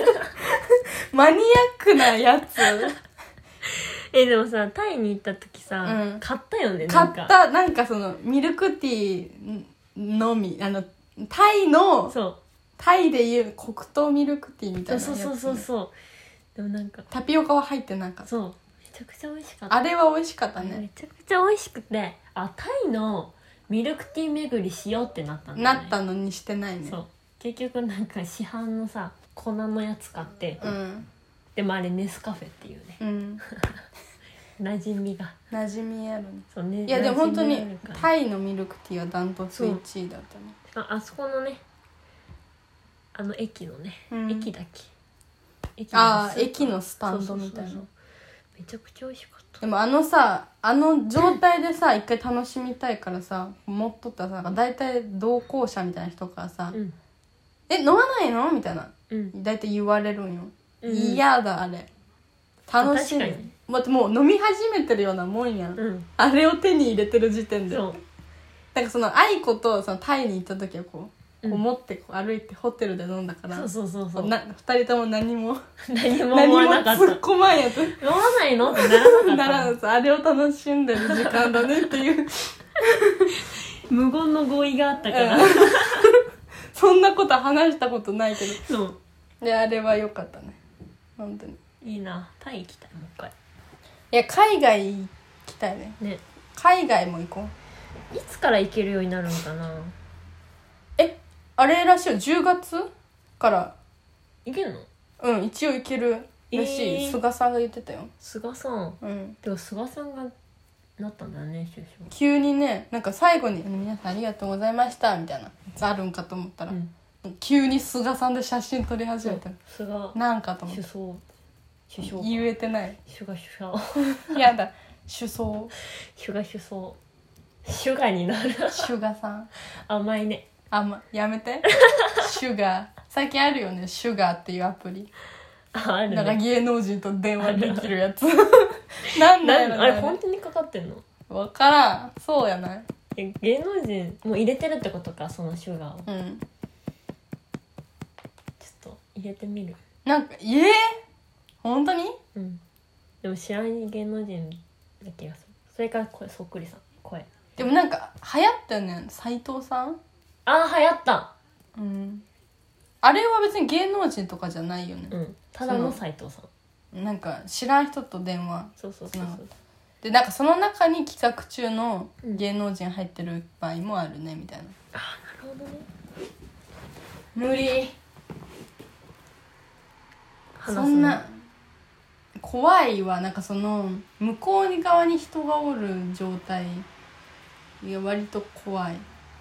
[SPEAKER 2] マニアックなやつ
[SPEAKER 1] えでもさタイに行った時さ、
[SPEAKER 2] うん
[SPEAKER 1] 買ったよねな
[SPEAKER 2] 買
[SPEAKER 1] んか
[SPEAKER 2] ったなんかそのミルクティーのみあのタイの
[SPEAKER 1] そ
[SPEAKER 2] タイでいう黒糖ミルクティーみたいうなやつ
[SPEAKER 1] そうそうそうそうでもなんか
[SPEAKER 2] タピオカは入ってなんかった
[SPEAKER 1] そうめちゃくちゃ美味しかった
[SPEAKER 2] あれは美味しかった
[SPEAKER 1] め
[SPEAKER 2] ね
[SPEAKER 1] ちゃくちゃ美味しくてあタイのミルクティー巡りしようってなったんだよ
[SPEAKER 2] な
[SPEAKER 1] ね
[SPEAKER 2] ったのにしてないね
[SPEAKER 1] そう結局なんか市販のさ粉のやつ買って、
[SPEAKER 2] ん
[SPEAKER 1] でもあれネスカフェっていうね
[SPEAKER 2] うん
[SPEAKER 1] 馴染みが
[SPEAKER 2] 馴染みあるね
[SPEAKER 1] そうね
[SPEAKER 2] いやでも本当
[SPEAKER 1] 馴染み
[SPEAKER 2] に
[SPEAKER 1] あるから
[SPEAKER 2] タイのミルクティーはダントツ1位だったね
[SPEAKER 1] ああそこのねあの駅のね、
[SPEAKER 2] うん
[SPEAKER 1] 駅だっけ駅
[SPEAKER 2] あ
[SPEAKER 1] スー
[SPEAKER 2] あ
[SPEAKER 1] パー
[SPEAKER 2] 駅のスタンドみ
[SPEAKER 1] そうそうそ
[SPEAKER 2] たい
[SPEAKER 1] うそ
[SPEAKER 2] な
[SPEAKER 1] うめちゃくちゃ美味しかった
[SPEAKER 2] でもあのさあの状態でさ一回楽しみたいからさ持っとったらさなんか大体同行者みたいな人からさ
[SPEAKER 1] うん
[SPEAKER 2] 「え飲まないの?」みたいな
[SPEAKER 1] うん
[SPEAKER 2] 大体言われるんよ
[SPEAKER 1] うん
[SPEAKER 2] 嫌、だあれ楽しみ
[SPEAKER 1] 確かに
[SPEAKER 2] 待ってもう飲み始めてるようなもんやん、
[SPEAKER 1] うん
[SPEAKER 2] あれを手に入れてる時点で
[SPEAKER 1] そう
[SPEAKER 2] なんかその愛子とそのタイに行った時はこう
[SPEAKER 1] うん
[SPEAKER 2] 思ってこう歩いてホテルで飲んだから、
[SPEAKER 1] そうそうそうそう
[SPEAKER 2] な2人とも何も
[SPEAKER 1] 何も
[SPEAKER 2] 何
[SPEAKER 1] 思
[SPEAKER 2] も
[SPEAKER 1] わなかった
[SPEAKER 2] 突っ込まんやつ
[SPEAKER 1] 飲まないのってならなかった
[SPEAKER 2] ならずあれを楽しんでる時間だねっていう
[SPEAKER 1] 無言の合意があったから、
[SPEAKER 2] うんそんなこと話したことないけど
[SPEAKER 1] そう
[SPEAKER 2] であれは良かったね本当に
[SPEAKER 1] いいなタイ行きたいもう一回
[SPEAKER 2] いや海外行きたいね
[SPEAKER 1] ね
[SPEAKER 2] 海外も行こう
[SPEAKER 1] いつから行けるようになるのかな
[SPEAKER 2] えあれらしいよ10月から
[SPEAKER 1] 行けるの
[SPEAKER 2] うん一応行けるらしい、
[SPEAKER 1] えー
[SPEAKER 2] 菅さんが言ってたよ
[SPEAKER 1] 菅さん
[SPEAKER 2] うん
[SPEAKER 1] でも菅さんがなったんだね首相
[SPEAKER 2] 急にねなんか最後に「皆さんありがとうございました」みたいなやつあるんかと思ったら、
[SPEAKER 1] うん
[SPEAKER 2] 急に菅さんで写真撮り始めた
[SPEAKER 1] 菅
[SPEAKER 2] なんかと思っ
[SPEAKER 1] 首
[SPEAKER 2] て
[SPEAKER 1] 相首相
[SPEAKER 2] 言えてない
[SPEAKER 1] 菅首相
[SPEAKER 2] やだ首相
[SPEAKER 1] 菅首相シュガになる
[SPEAKER 2] シュガさん
[SPEAKER 1] 甘いね
[SPEAKER 2] あんまやめ てシュガー最近あるよねシュガーっていうアプリ
[SPEAKER 1] あある
[SPEAKER 2] なんか
[SPEAKER 1] ね
[SPEAKER 2] 芸能人と電話できるやつ なんだ
[SPEAKER 1] なん
[SPEAKER 2] よ
[SPEAKER 1] あれ本当にかかってんの
[SPEAKER 2] 分からんそうやない
[SPEAKER 1] え芸能人もう入れてるってことかそのシュガを
[SPEAKER 2] うん
[SPEAKER 1] ちょっと入れてみる
[SPEAKER 2] なんかええ本当に
[SPEAKER 1] うんでも知らない芸能人な気がするそれから声そっくりさん声
[SPEAKER 2] でもなんか流行ったよね斎藤さん
[SPEAKER 1] ああ流行った
[SPEAKER 2] うんあれは別に芸能人とかじゃないよ
[SPEAKER 1] う
[SPEAKER 2] ね、
[SPEAKER 1] んただの斎藤さん
[SPEAKER 2] なんか知らん人と電話
[SPEAKER 1] そうそうそうそう
[SPEAKER 2] でなんかその中に企画中の芸能人入ってる場合もあるねみたいな
[SPEAKER 1] なるほどね
[SPEAKER 2] 無理
[SPEAKER 1] 話す
[SPEAKER 2] そ
[SPEAKER 1] の
[SPEAKER 2] んな怖いわなんかその向こう側に人がおる状態が割と怖い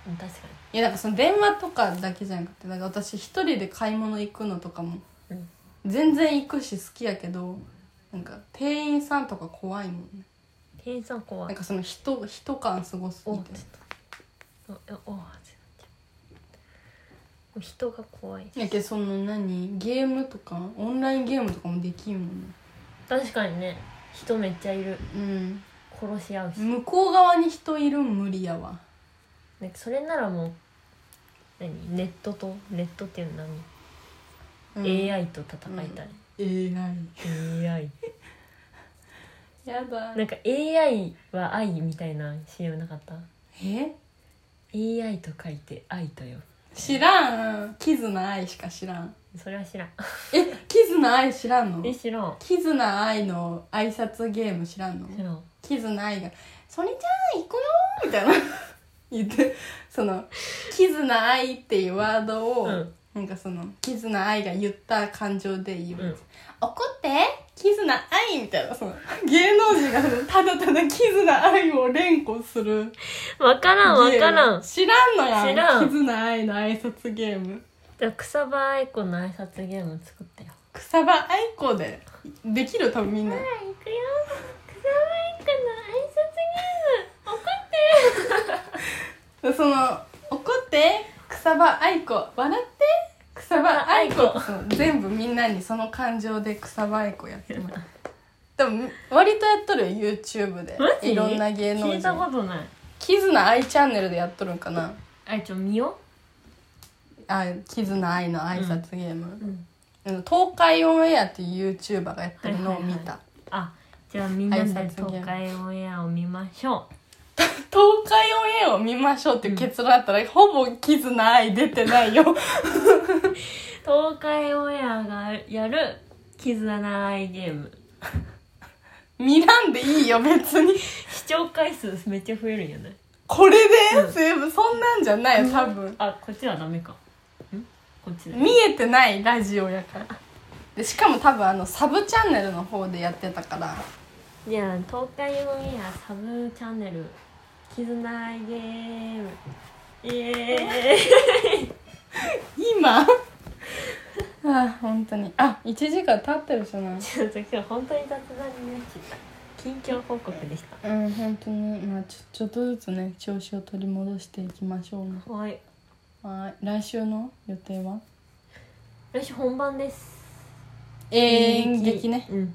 [SPEAKER 1] うん確か
[SPEAKER 2] いやなんかその電話とかだけじゃなくてなんか私一人で買い物行くのとかも
[SPEAKER 1] に、うん、
[SPEAKER 2] 全然行くし好きやけどなんか店員さんとか怖いもんね
[SPEAKER 1] 店員さん怖
[SPEAKER 2] なん
[SPEAKER 1] い
[SPEAKER 2] かその人人感すごす
[SPEAKER 1] お
[SPEAKER 2] ぎ
[SPEAKER 1] ってちょっとあおおってなっちゃうもう人が怖い
[SPEAKER 2] やけどその何ゲームとかオンラインゲームとかもできんもんね
[SPEAKER 1] 確かにね人めっちゃいる
[SPEAKER 2] うん
[SPEAKER 1] 殺し合うし、
[SPEAKER 2] 向こう側に人いるん無理やわ
[SPEAKER 1] なんかそれならもう何ネットとネットっていうのは
[SPEAKER 2] うん
[SPEAKER 1] 何、AI と戦いたい、
[SPEAKER 2] AI
[SPEAKER 1] AI
[SPEAKER 2] やだ
[SPEAKER 1] なんか AI は愛みたいな CM なかった
[SPEAKER 2] え
[SPEAKER 1] AI と書いて愛とよ
[SPEAKER 2] 知らんキズナアイしか知らん
[SPEAKER 1] それは知らん
[SPEAKER 2] えキズナアイ知らんの
[SPEAKER 1] え知らん
[SPEAKER 2] キズナアイの挨拶ゲーム知らんの
[SPEAKER 1] 知らん
[SPEAKER 2] キズナアイが「それじゃあ行くよ」みたいな 言ってそのキズナアイっていうワードを、
[SPEAKER 1] うん
[SPEAKER 2] なんかそのキズナアイが言った感情で言う、
[SPEAKER 1] うん
[SPEAKER 2] 怒ってキズナアイみたいなその芸能人がそのただただキズナアイを連呼する
[SPEAKER 1] 分からん分からん
[SPEAKER 2] 知らんのや
[SPEAKER 1] 知らん
[SPEAKER 2] キズナアイの挨拶ゲーム
[SPEAKER 1] じゃあ草場愛子の挨拶ゲーム作ったよ
[SPEAKER 2] 草場愛子でできる多分みんな
[SPEAKER 1] 行くよ草場愛子の挨拶ゲーム怒って
[SPEAKER 2] その怒って草場愛子笑って
[SPEAKER 1] 草
[SPEAKER 2] 草場愛子
[SPEAKER 1] 場愛子
[SPEAKER 2] その全部みんなにその感情で草場愛子やってもらうでも割とやっとるよ YouTube で
[SPEAKER 1] マジ
[SPEAKER 2] いろんな芸能
[SPEAKER 1] 聞いたこ
[SPEAKER 2] 人
[SPEAKER 1] とない
[SPEAKER 2] キズナ愛チャンネルでやっとるんかな
[SPEAKER 1] あいちょ見よ
[SPEAKER 2] あキズナ愛の挨拶ゲーム、
[SPEAKER 1] う、うん、
[SPEAKER 2] あの東海オンエアっていう YouTuber がやってるのを見た、
[SPEAKER 1] あじゃあみんなで
[SPEAKER 2] 挨拶ゲーム
[SPEAKER 1] 東海オンエアを見ましょ
[SPEAKER 2] 東海オンエアを見ましょうっていう結論だったら、ほぼキズナ愛出てないよ
[SPEAKER 1] う東海オンエアがやる絆愛ゲーム
[SPEAKER 2] 見らんでいいよ別に
[SPEAKER 1] 視聴回数めっちゃ増えるんやね
[SPEAKER 2] これで、全部そんなんじゃないよ多分、
[SPEAKER 1] あこっちはダメかんこっちだ
[SPEAKER 2] 見えてないラジオやからでしかも多分あのサブチャンネルの方でやってたから
[SPEAKER 1] じゃあ東海オンエアサブチャンネル絆愛ゲームイエーイ
[SPEAKER 2] 今 ああ本当にあ一1時間経ってるじゃない
[SPEAKER 1] ちょっと今日本当に雑談になっちゃった近況報告でし
[SPEAKER 2] うん本当にまあちょちょっとずつね調子を取り戻していきましょうね
[SPEAKER 1] たはい
[SPEAKER 2] はい来週の予定は
[SPEAKER 1] 来週本番です
[SPEAKER 2] 演劇ね
[SPEAKER 1] うん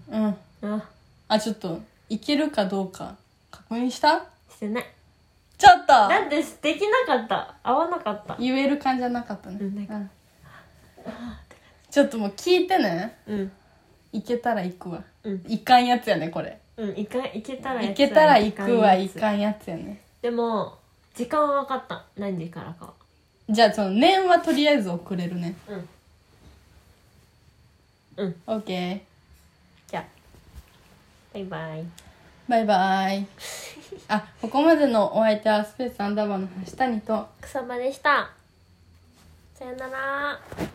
[SPEAKER 2] うん
[SPEAKER 1] あ
[SPEAKER 2] あちょっといけるかどうか確認した
[SPEAKER 1] してない
[SPEAKER 2] ちょっと
[SPEAKER 1] だってできなかった合わなかった
[SPEAKER 2] 言える感じじゃなかったね、
[SPEAKER 1] うんなんか
[SPEAKER 2] うんちょっともう聞いてね
[SPEAKER 1] うん
[SPEAKER 2] いけたら行くわ
[SPEAKER 1] うん
[SPEAKER 2] いかんやつやねこれ
[SPEAKER 1] うんいかいけたら
[SPEAKER 2] いけたら行くわ
[SPEAKER 1] い
[SPEAKER 2] いかんやつやね
[SPEAKER 1] でも時間は分かった何時からか
[SPEAKER 2] じゃあその念はとりあえず送れるね
[SPEAKER 1] うんうん
[SPEAKER 2] オッケー
[SPEAKER 1] じゃあバイバイ
[SPEAKER 2] バイバ イあここまでのお相手はスペースアンダーバーの橋谷と
[SPEAKER 1] 草場でしたさよなら